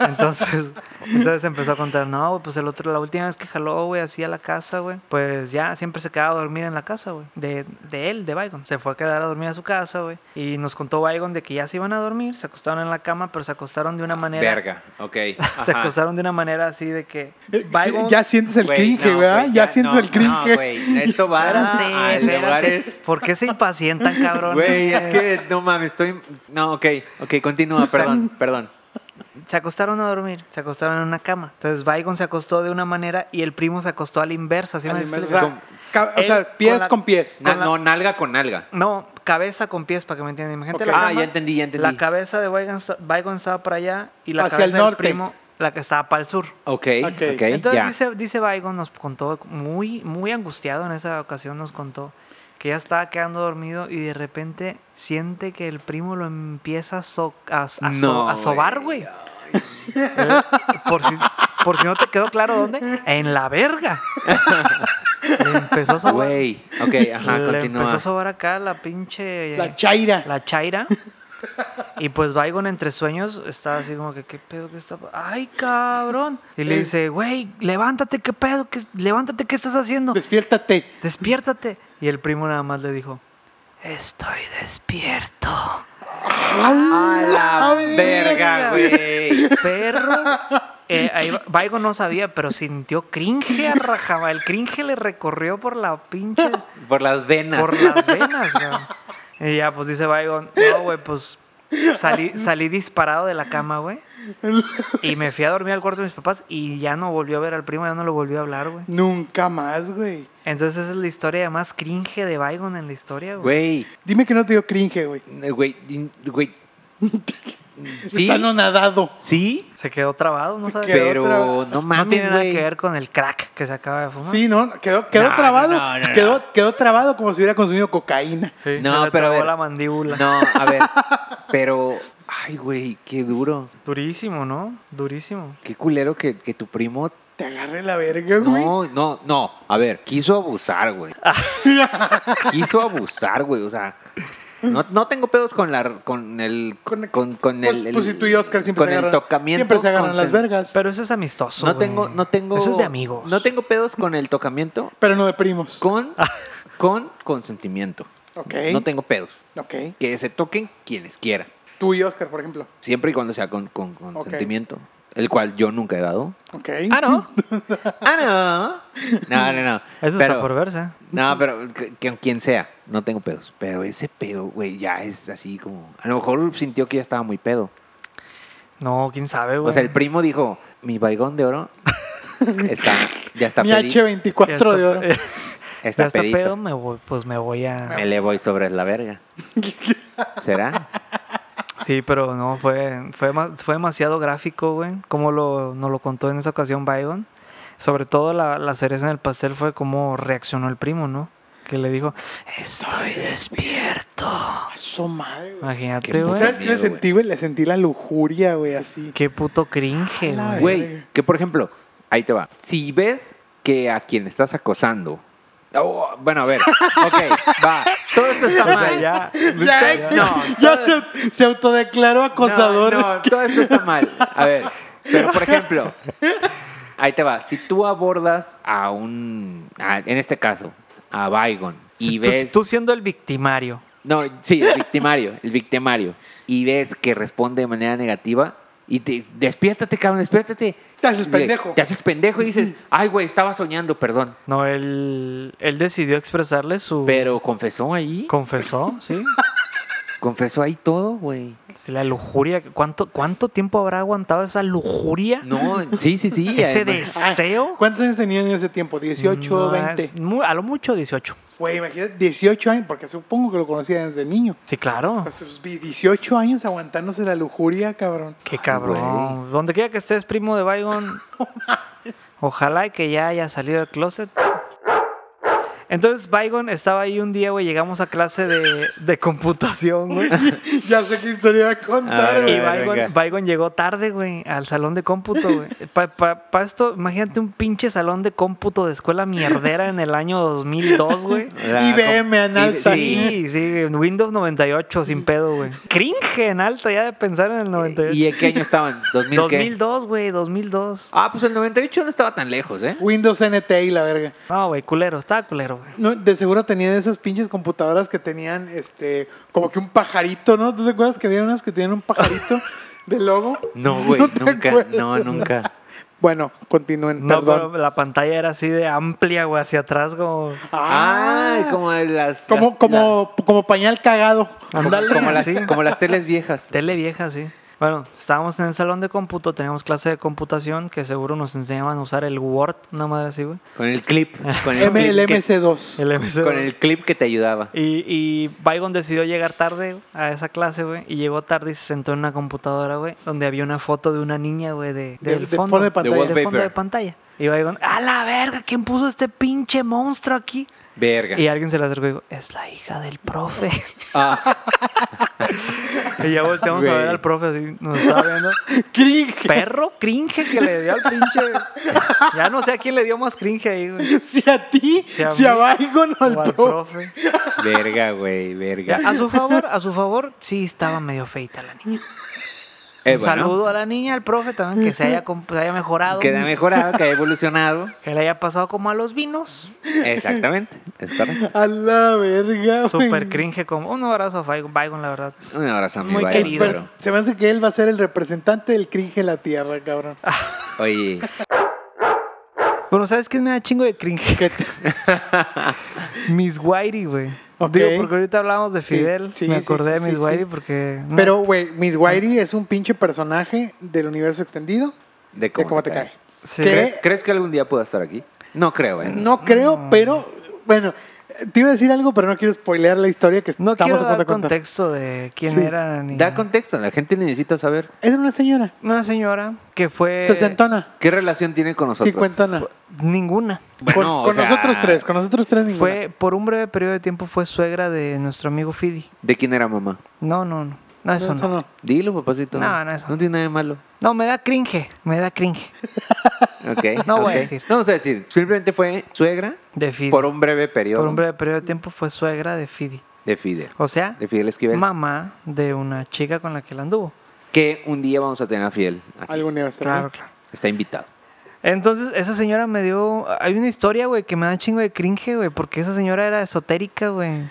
S2: Entonces, entonces empezó a contar, no, güey, pues el otro, la última vez que jaló, güey, así a la casa, güey, pues ya siempre se quedaba a dormir en la casa, güey, de, de él, de Bygon. Se fue a quedar a dormir a su casa, güey, y nos contó Bygon de que ya se iban a dormir, se acostaron en la cama, pero se acostaron de una manera...
S4: Verga. Ok.
S2: Se
S4: Ajá.
S2: acostaron de una manera así de que...
S5: Eh,
S2: Bygon-
S5: sí, Ya sientes el
S4: Güey,
S5: cringe,
S4: no,
S5: ¿verdad?
S4: güey,
S5: ya, sientes
S4: no,
S5: el cringe.
S4: No, güey. Esto
S2: Ah,
S4: va
S2: Espérate,
S4: a
S2: espérate.
S4: lugares.
S2: ¿Por qué se impacientan, cabrón?
S4: Güey, es que no mames, estoy. No, ok. Ok, continúa, perdón, perdón.
S2: Se acostaron a dormir, se acostaron en una cama. Entonces, Bygon se acostó de una manera y el primo se acostó a la inversa. ¿sí me
S5: Al inverso, o,
S2: explico?
S5: sea, ca- o
S2: Él
S5: sea, pies
S2: con
S5: con,
S2: la-
S5: pies.
S4: Na-
S2: Con la-
S4: No, nalga con nalga.
S2: No, cabeza con pies, para que me entiendan. Imagínate
S5: Ok.
S2: la
S4: Ah,
S2: cama,
S4: ya entendí, ya entendí.
S2: La cabeza de Bygon, esta- Bygon estaba para allá y la
S5: Hacia el
S2: cabeza del
S5: norte.
S2: primo, la que estaba para el sur.
S4: Ok,
S5: Ok.
S4: ok,
S2: Entonces,
S4: ya.
S2: dice, dice Bygon, nos contó, muy, muy angustiado en esa ocasión, nos contó que ya estaba quedando dormido y de repente siente que el primo lo empieza a, so- a, a so-
S4: No,
S2: a sobar,
S4: güey.
S2: güey. Eh, por, si, por si no te quedó claro dónde, en la verga. Le empezó a sobar.
S4: Güey, ok, ajá,
S2: le empezó
S4: continúa.
S2: a sobar acá la pinche.
S5: La chaira.
S2: la chaira. Y pues Baigon entre sueños estaba así como que, ¿qué pedo que está? pa- ¡Ay, cabrón! Y le
S5: Eh.
S2: dice, güey, levántate, ¿qué pedo? ¿Qué, levántate, ¿qué estás haciendo?
S5: Despiértate.
S2: Despiértate. Y el primo nada más le dijo, estoy despierto.
S4: A la verga,
S2: verga,
S4: güey.
S2: Perro. Eh, ahí va- Baigon no sabía, pero sintió cringe a rajaba. El cringe le recorrió por la pinche...
S4: Por las venas.
S2: Por las venas, güey. Y ya, pues dice Bygon, no, güey, pues salí, salí disparado de la cama, güey. Y me fui a dormir al cuarto de mis papás y ya no volvió a ver al primo, ya no lo volvió a hablar, güey.
S5: Nunca más, güey.
S2: Entonces esa es la historia más cringe de Bygon en la historia, güey.
S4: Güey,
S5: Dime que no te dio cringe, güey.
S4: eh, güey, in- güey. Sí,
S5: Está nadado.
S4: sí,
S2: Se quedó trabado, ¿no
S5: Se
S2: sabes?
S5: quedó
S4: pero
S5: trabado.
S4: no mames,
S2: No tiene nada
S4: güey.
S2: que ver con el crack que se acaba de fumar.
S5: Sí, no, quedó, quedó
S4: No,
S5: trabado.
S4: no, no, no.
S5: quedó, quedó trabado como si hubiera consumido cocaína.
S2: Sí,
S4: No,
S2: se le
S4: pero a
S2: trabó
S4: ver.
S2: la mandíbula.
S4: No, a ver, pero, ay, güey, qué duro,
S2: Durísimo, ¿no? Durísimo.
S4: qué culero que, que tu primo,
S5: Te agarré la verga, güey.
S4: no, no, no, a ver, quiso abusar, güey, quiso abusar, güey, o sea, no, no tengo pedos con la, con el,
S5: Con-
S4: con, con
S5: Pues,
S4: el, el-
S5: pues si tú y Oscar siempre
S4: con
S5: se
S4: el
S5: agarran.
S4: tocamiento,
S5: Siempre se agarran las
S4: consen-
S5: vergas. Pero,
S2: Pero eso es amistoso.
S4: No
S2: güey.
S4: tengo, no tengo,
S2: Eso es de amigos.
S4: no tengo pedos con el tocamiento,
S5: no de primos.
S4: con,
S2: Ah.
S4: con consentimiento,
S5: Ok.
S4: no tengo pedos,
S5: Ok.
S4: que se toquen quienes quieran.
S5: Tú y Oscar, por ejemplo.
S4: Siempre y cuando sea con, con, con
S5: Ok.
S4: sentimiento, el cual yo nunca he dado.
S5: Ok.
S2: Ah, no.
S4: Ah, no. No, no, no.
S2: Eso
S4: Pero-
S2: está por verse.
S4: No, pero que- que con quien sea, no tengo pedos. Pero ese pedo, güey, ya es así como. A lo mejor sintió que ya estaba muy pedo.
S2: No, quién sabe, güey.
S4: O sea, el primo dijo: Mi baigón de oro está, ya está
S5: Mi
S4: pedito.
S2: Ya
S5: H24 de oro.
S2: está-
S4: Está
S2: Ya está
S4: pedito.
S2: pedo, me voy- pues me voy
S4: Me
S2: a...
S4: le voy sobre la verga. ¿Será?
S2: Sí, pero no, fue, fue, ma- fue demasiado gráfico, güey. Como lo, nos lo contó en esa ocasión Byron. Sobre todo la, la cereza en el pastel fue cómo reaccionó el primo, ¿no? Que le dijo, estoy despierto.
S5: Ah, su madre, güey.
S2: Imagínate,
S4: Qué
S2: güey.
S5: ¿Sabes qué le
S4: miedo, güey.
S5: sentí, güey? Le sentí la lujuria, güey, así.
S2: Qué puto cringe,
S5: A la
S2: güey.
S4: Güey, que por ejemplo, ahí te va. Si ves que a quien estás acosando. Oh, bueno, a ver. Ok, va. Todo esto está
S2: O sea,
S4: mal.
S2: ya,
S5: Ya,
S4: No,
S5: ya se, se autodeclaró acosador.
S4: No, no, todo esto está mal. A ver, pero por ejemplo, ahí te va. Si tú abordas a un, a- en este caso, a Bygon y
S2: tú-
S4: ves,
S2: tú siendo el victimario.
S4: no, sí, el victimario, el victimario, y ves que responde de manera negativa y te, despiértate, cabrón, despiértate.
S5: Te haces
S4: Le-
S5: pendejo.
S4: Te haces pendejo y dices, ay, güey, estaba soñando, perdón.
S2: No, él, él decidió expresarle su...
S4: Pero confesó ahí,
S2: Confesó, sí.
S4: confesó ahí todo, güey.
S2: Sí, La lujuria. ¿Cuánto, ¿Cuánto tiempo habrá aguantado esa lujuria?
S4: No, sí, sí, sí.
S2: ese
S4: además- Ah,
S2: deseo.
S5: ¿Cuántos años tenían en ese tiempo? ¿18,
S2: No,
S5: 20?
S2: es mu- a lo mucho 18.
S5: Güey, imagínate, 18 años, porque supongo que lo conocía desde niño.
S2: Sí, claro.
S4: Pues,
S5: A sus 18 años aguantándose la lujuria, cabrón.
S2: Qué cabrón. Donde quiera que estés, primo de Byron. ojalá y que ya haya salido del closet. Entonces, Byron estaba ahí un día, güey. Llegamos a clase de, de computación, güey.
S5: ya sé qué historia va a
S4: A
S5: contar,
S4: ver,
S2: Y
S5: güey.
S4: Venga.
S2: Bygon, Bygon llegó tarde, güey, al salón de cómputo, güey. Para esto, imagínate un pinche salón de cómputo de escuela mierdera en el año 2002, güey.
S4: o sea,
S5: IBM anal
S4: sí,
S5: salir.
S2: Sí, sí, Windows 98, sin pedo, güey. Cringe en alta ya de pensar en el 98.
S4: Mm. ¿Y en qué año estaban? ¿2000 qué?
S2: 2002, güey, 2002.
S4: Ah, pues el 98 no estaba tan lejos, ¿eh?
S5: Windows NT y la verga.
S2: No, güey, culero, estaba culero, güey.
S5: No, de seguro tenían esas pinches computadoras que tenían este como que un pajarito, ¿no? ¿Tú te acuerdas que había unas que tenían un pajarito de logo?
S4: No, güey,
S5: ¿No te
S4: nunca,
S5: acuerdas?
S4: no, nunca.
S5: Bueno, continúen,
S2: No,
S5: perdón.
S2: pero la pantalla era así de amplia, güey, hacia atrás, como...
S4: Ay,
S5: Ah,
S4: como las...
S5: como,
S4: las-
S5: como, como pañal cagado.
S4: la-
S2: Ándale,
S4: como, las,
S2: sí.
S4: como las teles viejas.
S2: Tele vieja, sí. Bueno, estábamos en el salón de cómputo, teníamos clase de computación, que seguro nos enseñaban a usar el Word, una madre así, güey.
S4: Con el clip. Con el,
S5: M- el
S4: clip que,
S5: MC2.
S2: El MC.
S4: con el clip que te ayudaba.
S2: Y, y Byron decidió llegar tarde a esa clase, güey. Y llegó tarde y se sentó en una computadora, güey. Donde había una foto de una niña, güey, de,
S5: De-
S2: del
S5: de
S2: fondo.
S5: fondo de pantalla.
S4: De
S2: del
S4: wallpaper.
S2: fondo de pantalla. Y Byron, a la verga, ¿quién puso este pinche monstruo aquí?
S4: Verga.
S2: Y alguien se le acercó y dijo, es la hija del profe.
S4: Ah,
S2: y ya volteamos a ver
S4: Güey.
S2: al profe así, nos estaba viendo.
S5: Cringe.
S2: Perro cringe que le dio al pinche. Ya no sé a quién le dio más cringe ahí, güey.
S5: Si a ti,
S2: Si a
S5: si a
S2: mí,
S5: Baigon o
S2: O
S5: al pro.
S4: verga, güey,
S2: Ya,
S4: verga.
S2: a su favor, a su favor, sí estaba medio feita la niña.
S4: Eh,
S2: Un
S4: bueno,
S2: saludo a la niña, al profe también, que se haya, comp- se haya mejorado.
S4: Que ha mejorado, que ha evolucionado.
S2: Que le haya pasado como a los vinos.
S4: Exactamente. Es correcto.
S5: A la verga, güey.
S2: Super cringe como. Un abrazo a Bygon, Bygon, la verdad.
S4: Un abrazo a mi
S2: Muy
S4: Byron,
S2: querido.
S4: pero-
S5: Se me hace que él va a ser el representante del cringe en la tierra, cabrón.
S4: Oye,
S2: Pero ¿sabes qué me da chingo de cringe?
S5: Que te-
S2: Miss Guairi, güey.
S5: Ok.
S2: Digo, porque ahorita hablábamos de Fidel.
S5: sí,
S2: me
S5: sí,
S2: acordé de
S5: sí,
S2: Miss
S5: sí,
S2: Guairi
S5: sí.
S2: porque. no,
S5: Pero, güey, Miss Wairi es un pinche personaje del universo extendido.
S4: de cómo,
S5: De cómo te cae.
S2: sí.
S5: ¿qué?
S4: ¿Crees, crees que algún día pueda estar aquí? No creo, ¿eh?
S5: No
S2: Mm.
S5: creo, pero bueno, te iba a decir algo, pero no quiero spoilear la historia que
S2: No
S5: estamos
S2: quiero
S5: a punto
S2: dar
S5: de contar.
S2: contexto de quién
S5: Sí.
S2: era ni.
S4: Da contexto, la gente necesita saber
S5: Era una señora,
S2: Una señora que fue.
S5: sesentona,
S4: qué relación tiene con nosotros.
S5: cincuentona.
S2: Ninguna.
S5: con
S4: Bueno, o
S5: con
S4: sea,
S5: nosotros tres, con nosotros tres ninguna.
S2: Fue, por un breve periodo de tiempo, fue suegra de nuestro amigo Fidi.
S4: ¿De quién era mamá?
S2: No, no, no. No, eso no.
S4: Dilo, papacito.
S2: No, no, eso no.
S4: tiene nada de malo.
S2: No, me da cringe, me da cringe.
S4: Ok.
S2: No voy a
S4: ok.
S2: decir.
S4: No vamos a decir. Simplemente fue suegra
S2: De Fidi.
S4: por un breve periodo
S2: Por un breve periodo de tiempo fue suegra de Fidi.
S4: de Fidel.
S2: O sea,
S4: De Fidel Esquivel.
S2: mamá de una chica con la que él anduvo.
S4: Que un día vamos a tener a Fidel. aquí.
S5: algún día va a estar
S2: Claro,
S5: aquí.
S2: claro.
S4: Está invitado.
S2: Entonces, esa señora me dio. Hay una historia, güey, que me da un chingo de cringe, güey, porque esa señora era esotérica, güey.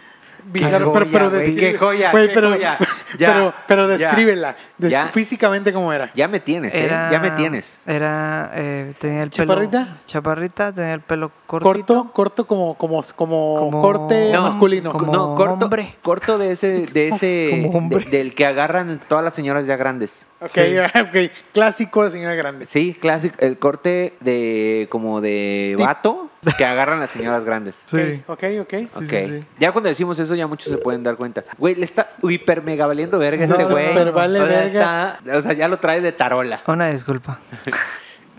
S5: Bizarro,
S4: joya,
S5: pero, pero
S4: güey,
S5: describe-
S4: qué joya,
S5: güey,
S4: qué
S5: pero,
S4: joya. Ya,
S5: pero, pero
S4: ya,
S5: descríbela. de-
S4: ya.
S5: Físicamente, ¿cómo era?
S4: Ya me tienes, ¿eh?
S2: Era-
S4: Ya me tienes.
S2: Era, eh, tenía el
S5: ¿Chaparrita?
S2: pelo... Chaparrita. tenía el pelo cortito.
S5: Corto, corto como, como, como,
S2: Como-
S5: corte
S2: No,
S5: masculino.
S2: como-
S4: no, corto,
S2: hombre.
S4: corto de ese, de ese,
S2: Como hombre.
S4: de- del que agarran todas las señoras ya grandes.
S5: Ok,
S2: sí.
S5: ok. Clásico de señora grande.
S4: Sí, clásico, el corte de como de
S5: Tip.
S4: vato que agarran las señoras grandes.
S2: Sí.
S5: Ok, ok.
S4: Ok.
S2: Sí, sí, sí.
S4: Ya cuando decimos eso, ya muchos se pueden dar cuenta. Güey, le está hiper mega valiendo verga
S5: No,
S4: este güey.
S5: super vale
S4: o sea,
S5: verga.
S4: está- o sea, ya lo trae de tarola.
S2: Una disculpa.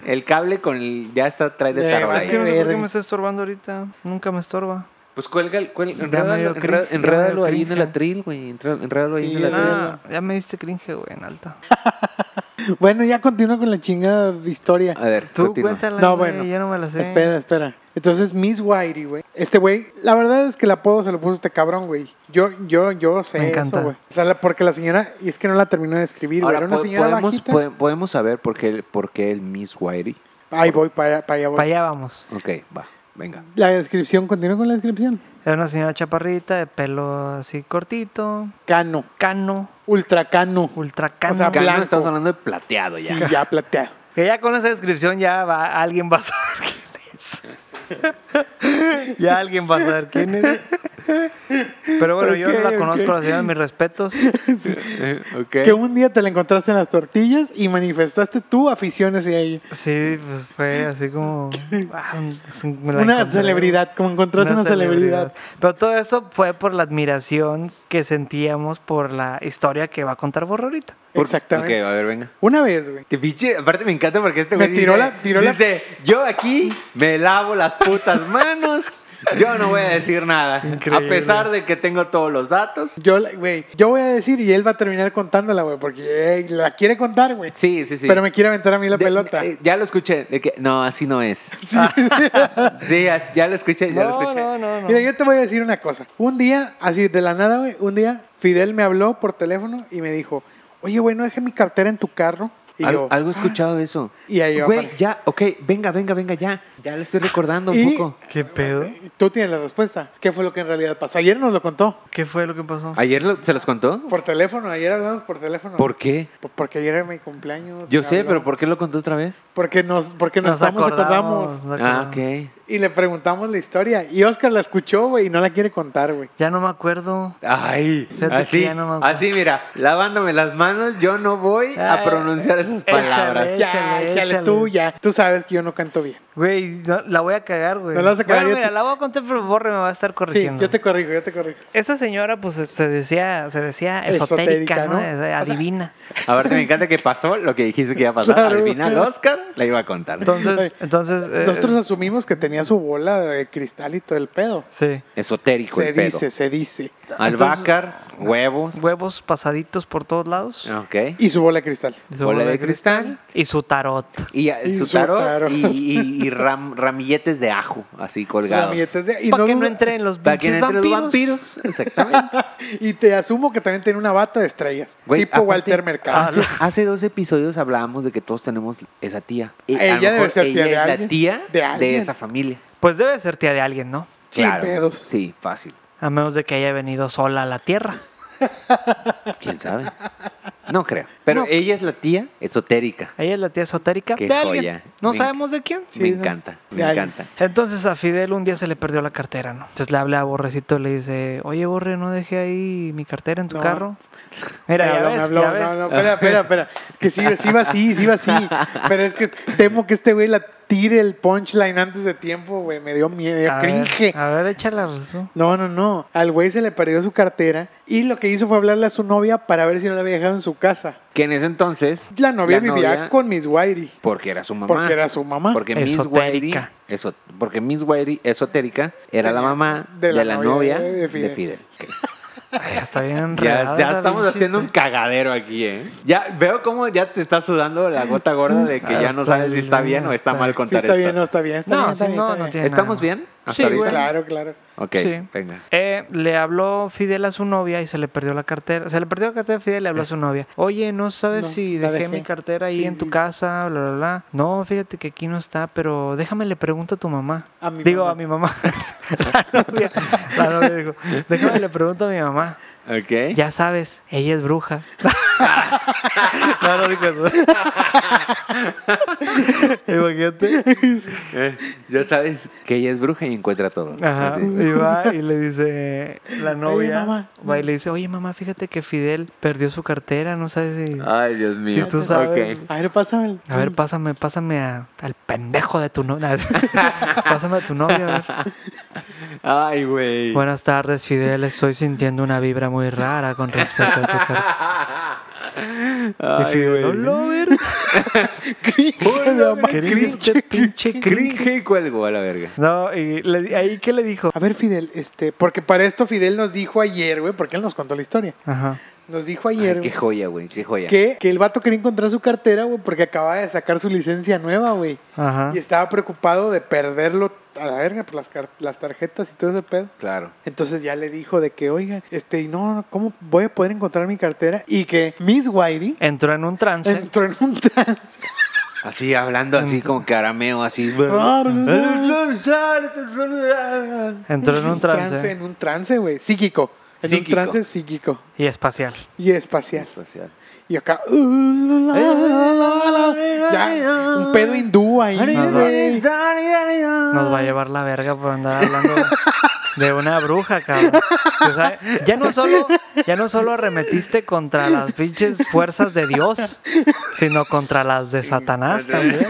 S4: El cable con el. Ya está, trae de
S5: De
S4: tarola.
S5: más
S2: Es
S4: ya.
S2: que no sé por qué
S5: verga.
S2: me está estorbando ahorita. Nunca me estorba.
S4: Pues cuelga, el- cuelga
S2: Ya
S4: enrédalo,
S2: medio
S4: enreda-
S2: cringe, ya
S4: enrédalo
S2: medio
S4: ahí en el
S2: cringe.
S4: atril, güey. entra- Enrédalo ahí
S5: Sí,
S4: en el
S5: ya.
S4: atril.
S2: Ah, ya me diste cringe, güey, en alta.
S5: Bueno, ya continúa con la chingada historia.
S4: A ver,
S2: Tú
S4: continúa.
S2: cuéntala,
S5: No,
S2: güey,
S5: bueno.
S2: yo no me la sé.
S5: Espera, espera. Entonces, Miss Whitey, güey. Este güey, la verdad es que el apodo se lo puso este cabrón, güey. Yo, yo, yo sé
S2: Me encanta.
S5: eso, güey. O sea, la- porque la señora, y es que no la terminó de escribir, güey.
S4: Ahora,
S5: Era una
S4: po-
S5: señora
S4: podemos,
S5: bajita.
S4: pode- podemos saber por qué, el- por qué el Miss Whitey.
S5: Ahí voy, para, para allá voy.
S2: Para allá vamos.
S4: Ok, va, venga.
S5: La descripción, continúa con la descripción.
S2: Era una señora chaparrita, de pelo así cortito,
S5: Cano,
S2: cano,
S5: ultracano.
S2: ultracano.
S5: O sea,
S4: Acá no
S5: Blanco.
S4: estamos hablando de plateado
S5: Sí,
S4: ya.
S5: ya plateado.
S2: que ya con esa descripción ya va, alguien va a saber quién es. ya alguien va a saber quién es. Pero bueno, yo no
S5: Ok,
S2: la
S5: ok.
S2: conozco, la señora, mis respetos.
S4: Eh, ok.
S5: Que un día te la encontraste en las tortillas y manifestaste tu afición hacia ella.
S2: Sí, pues fue así como... ah, me la
S5: Una
S2: encontré.
S5: celebridad, como encontraste una, celebridad.
S2: Pero todo eso fue por la admiración que sentíamos por la historia que va a contar Borro ahorita.
S4: Por-
S5: Exactamente.
S4: Ok, a ver, venga.
S5: Una vez, güey.
S4: Te pinche, aparte me encanta porque este
S5: Me
S4: güey
S5: tiró
S4: dice,
S5: la- tiró la-
S4: dice, yo aquí me lavo las putas manos, yo no voy a decir nada,
S2: Increíble.
S4: a pesar de que tengo todos los datos.
S5: Yo, la- güey, yo voy a decir y él va a terminar contándola, güey, porque eh, la quiere contar, güey.
S4: Sí, sí, sí.
S5: Pero me quiere aventar a mí la
S4: De-
S5: pelota.
S4: eh, ya lo escuché, de que no, así no es. sí, as- ya lo escuché, ya lo
S2: No,
S4: escuché.
S2: no, no, no.
S5: Mira, yo te voy a decir una cosa. Un día, así de la nada, güey, un día Fidel me habló por teléfono y me dijo, oye, güey, no dejé mi cartera en tu carro. Y
S4: Al-
S5: yo,
S4: algo he escuchado de eso.
S5: y ahí yo,
S4: Güey,
S5: aparte.
S4: ya, ok, venga, venga, venga, ya. Ya le estoy recordando un
S5: Y-
S4: poco.
S2: ¿Qué pedo?
S5: tú tienes la respuesta. ¿Qué fue lo que en realidad pasó? Ayer nos lo contó.
S2: ¿Qué fue lo que pasó?
S4: ¿Ayer lo- se los contó?
S5: Por teléfono, ayer hablamos por teléfono.
S4: ¿Por qué?
S5: Por- Porque ayer era mi cumpleaños.
S4: Yo
S5: me
S4: sé,
S5: habló.
S4: pero ¿por qué lo contó otra vez?
S5: Porque nos, porque nos, estamos acordamos.
S2: nos
S4: Ah,
S2: acordamos.
S4: ok.
S5: Y le preguntamos la historia. Y Oscar la escuchó, güey, y no la quiere contar, güey.
S2: Ya no me acuerdo.
S4: Ay,
S2: Fíjate que
S4: así,
S2: ya no me acuerdo.
S4: así mira, lavándome las manos, yo no voy a
S2: Ah,
S4: pronunciar esas
S2: échale.
S4: palabras.
S5: Ya,
S2: Échale,
S5: échale
S2: échale.
S5: tú, ya. Tú sabes que yo no canto bien.
S2: Güey, no, la voy a cagar, güey.
S5: No la vas a cagar,
S2: Bueno,
S5: yo
S2: mira,
S5: te-
S2: la voy a contar, pero Borre me va a estar
S5: Sí,
S2: corrigiendo.
S5: yo te corrijo, yo te corrijo.
S2: Esta señora, pues, se decía, se decía
S5: Esotérica,
S2: esotérica, ¿no?
S5: ¿no?
S2: Es- eh, Adivina.
S4: Aparte me encanta que pasó lo que dijiste que iba a pasar.
S5: Claro.
S4: Al final Oscar la iba a contar.
S2: Entonces, entonces... eh,
S5: Nosotros asumimos que tenía su bola de cristal y todo el pedo.
S2: Sí.
S4: Esotérico
S5: Se
S4: el pedo.
S5: dice, se dice.
S4: Albácar, huevos,
S2: Huevos pasaditos por todos lados.
S4: ok.
S5: Y su bola de cristal.
S2: Y su
S4: Ah, Bola
S2: bola
S4: de cristal
S2: Y su tarot.
S4: y,
S5: Y
S4: su
S5: su
S4: tarot,
S5: tarot.
S4: y, y- y ram- ramilletes de ajo, así colgados.
S5: Ramilletes de- y,
S2: Para
S5: no
S2: que no
S5: duda-
S2: entren los
S4: Para que
S2: pinches
S4: no entren los
S2: vampiros.
S4: vampiros. Exactamente.
S5: y te asumo que también tiene una bata de estrellas.
S4: Güey,
S5: tipo
S4: aparte,
S5: Walter
S2: Ah,
S5: Mercado.
S4: Hace, hace dos episodios hablábamos de que todos tenemos esa tía. Y a lo
S5: Ella debe
S4: mejor
S5: ser tía
S4: ella
S5: de
S4: es la
S5: alguien,
S4: tía
S5: de
S4: de
S5: alguien.
S4: esa familia.
S2: Pues debe ser tía de alguien, ¿no?
S5: Sin pedos.
S4: Sí, fácil.
S2: A menos de que haya venido sola a la Tierra.
S4: ¿Quién sabe? No creo. Pero
S2: No.
S4: ella es la tía esotérica.
S2: Ella es la tía esotérica
S4: Qué
S2: de alguien.
S4: joya.
S2: No
S4: Me
S2: sabemos de quién.
S5: Sí,
S4: me
S5: ¿no?
S4: encanta, me
S5: De alguien.
S4: encanta.
S2: Entonces a Fidel un día se le perdió la cartera, ¿no? Entonces le habla a Borrecito, le dice, oye Borre, no dejé ahí mi cartera en tu
S5: No.
S2: carro. Mira,
S5: Me
S2: ya
S5: habló,
S2: ves,
S5: me habló.
S2: ya ves.
S5: No, no, espera, espera, espera. Que sí, sí va así, sí va así. Pero es que temo que este güey la tire el punchline antes de tiempo, güey. Me dio miedo, me dio
S2: A ver,
S5: cringe.
S2: a ver, échala pues, tú.
S5: No, no, no. Al güey se le perdió su cartera y lo que hizo fue hablarle a su novia para ver si no la había dejado en su casa.
S4: Que en ese entonces.
S5: La novia vivía
S4: novia,
S5: con Miss Whitey
S4: Porque era su mamá.
S5: porque era su mamá.
S4: Porque Miss Whitey.
S2: Esotérica.
S4: eso- porque Miss Whitey, esotérica, era la
S5: Tenía-
S4: mamá de la, novia de Fidel.
S2: Ay, ya está bien
S4: Ya,
S2: enredada
S4: ya
S2: esa
S4: estamos
S2: pinche
S4: haciendo un
S2: historia.
S4: cagadero aquí, ¿eh? Ya veo cómo ya te está sudando la gota gorda de que
S2: Ah,
S4: ya no
S2: está
S4: sabes si está
S2: bien,
S4: bien o está
S2: está-
S4: mal
S5: Sí,
S4: contar
S5: está bien,
S4: esto.
S5: no está bien, está
S2: No,
S5: bien, está
S2: sí,
S5: bien,
S2: no,
S5: está
S2: no
S5: bien.
S2: tiene-
S4: ¿Estamos
S2: nada.
S4: bien? ¿Hasta
S2: Sí,
S4: ahorita?
S2: güey.
S5: Claro, claro.
S4: Ok,
S2: Sí.
S4: venga.
S2: Eh, le habló Fidel a su novia y se le perdió la cartera. Se le perdió la cartera a Fidel y le habló a su novia. Oye, ¿no sabes
S5: No,
S2: si
S5: la
S2: dejé,
S5: dejé.
S2: mi cartera ahí
S5: Sí,
S2: en tu
S5: sí.
S2: casa? Bla, bla, bla. No, fíjate que aquí no está, pero déjame le pregunto a tu mamá.
S5: A mi
S2: Digo,
S5: mamá.
S2: a mi mamá. la novia. La novia dijo, déjame le pregunto a mi mamá.
S5: ¿Eh?
S4: Ok.
S2: Ya sabes, ella es bruja. no, no dijo eso. Imagínate.
S4: Eh, ya sabes que ella es bruja y encuentra todo.
S2: Ajá,
S4: Así.
S2: y va y le dice la novia,
S5: mamá.
S2: va y le dice, oye mamá, fíjate que Fidel perdió su cartera, no sabes si...
S4: Ay, Dios mío.
S2: tú sabes.
S4: Ok.
S5: A ver, pásame. el-
S2: A ver, pásame, pásame a- al pendejo de tu novia. pásame a tu novia. a ver.
S4: Ay, güey.
S2: Buenas tardes, Fidel. Estoy sintiendo una vibra muy rara con respecto a tu cartera. Y
S4: Ay,
S2: Fidel,
S4: güey.
S2: "Hola, a ver,
S5: Hola, ma-
S2: cringe, este pinche cringe.
S4: Cringe y cuelgo a la verga.
S2: No, y le- ahí qué le dijo.
S5: A ver, Fidel, este, porque para esto Fidel nos dijo ayer, güey, porque él nos contó la historia.
S2: Ajá.
S5: Nos dijo
S4: Ay,
S5: ayer
S4: qué joya, güey. Qué joya.
S5: que, que el vato quería encontrar su cartera, güey, porque acaba de sacar su licencia nueva, güey.
S2: Ajá.
S5: Y estaba preocupado de perderlo a la verga por las, car- las tarjetas y todo ese pedo.
S4: Claro.
S5: Entonces ya le dijo de que, oiga, este, y no, no, ¿cómo voy a poder encontrar mi cartera? Y que Miss Whitey
S2: Entró en un trance.
S5: entró en un trance.
S4: Así hablando así como que arameo, así.
S2: Entró en un trance.
S5: En un trance, güey, psíquico. En
S4: Psíquico.
S5: un trance psíquico
S2: Y espacial.
S5: y espacial.
S4: Social.
S5: Y acá. uh, la,
S2: Eh,
S5: la, la, la, la. Ya, un pedo hindú ahí.
S2: Nos va-
S5: güey.
S2: Nos va a llevar la verga por andar hablando de una bruja, cabrón. O sea, ya no solo, ya no solo arremetiste contra las pinches fuerzas de Dios, sino contra las de Satanás también.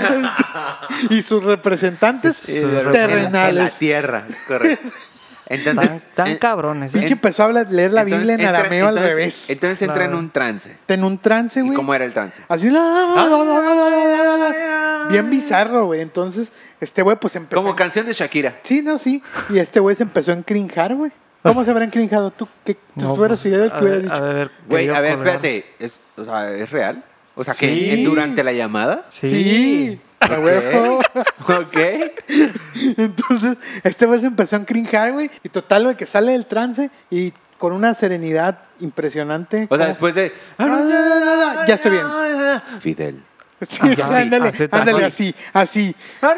S5: Y sus representantes
S2: Sí, de repente.
S4: En la
S5: terrenales.
S4: tierra, es correcto.
S2: Tan,
S4: Entonces.
S2: tan
S4: eh,
S2: cabrones. ¿eh?
S5: Pinche empezó a hablar- leer la
S4: entonces
S5: Biblia en
S4: entra-
S5: arameo al
S4: entonces-
S5: revés.
S4: Entonces entra en
S2: Claro.
S4: un trance.
S5: en un trance,
S4: ¿Y
S5: güey.
S4: cómo era el trance?
S5: Así. la, la, la, la, la, la, la,
S4: ¿Ah?
S5: la. Bien bizarro, güey. Entonces, este güey, pues empezó.
S4: Como
S5: en-
S4: canción de Shakira.
S5: Sí, no, sí. Y este güey se empezó a encrinjar, güey. ¿Cómo se habrá encrinjado? ¿Tú qué tú
S2: No,
S5: fueras
S2: pues,
S5: ideas
S2: a
S5: que hubieras
S2: ver-
S5: dicho?
S2: a ver,
S4: Güey,
S2: querido
S4: a ver,
S2: colgar.
S4: espérate. ¿Es, o sea, ¿es real? O sea,
S5: Sí.
S4: que en- durante la llamada.
S2: Sí.
S5: A huevo.
S4: Ok.
S5: Entonces, este güey se empezó a encrinjar, güey. Y total, güey, que sale del trance y con una serenidad impresionante.
S4: O sea,
S5: como-
S4: después de.
S5: Ah, no, no, no, no, no, Ya estoy bien.
S4: Fidel.
S5: Sí,
S2: Ajá.
S5: o sea, ándale,
S2: Así,
S5: ándale,
S2: así.
S5: así, así.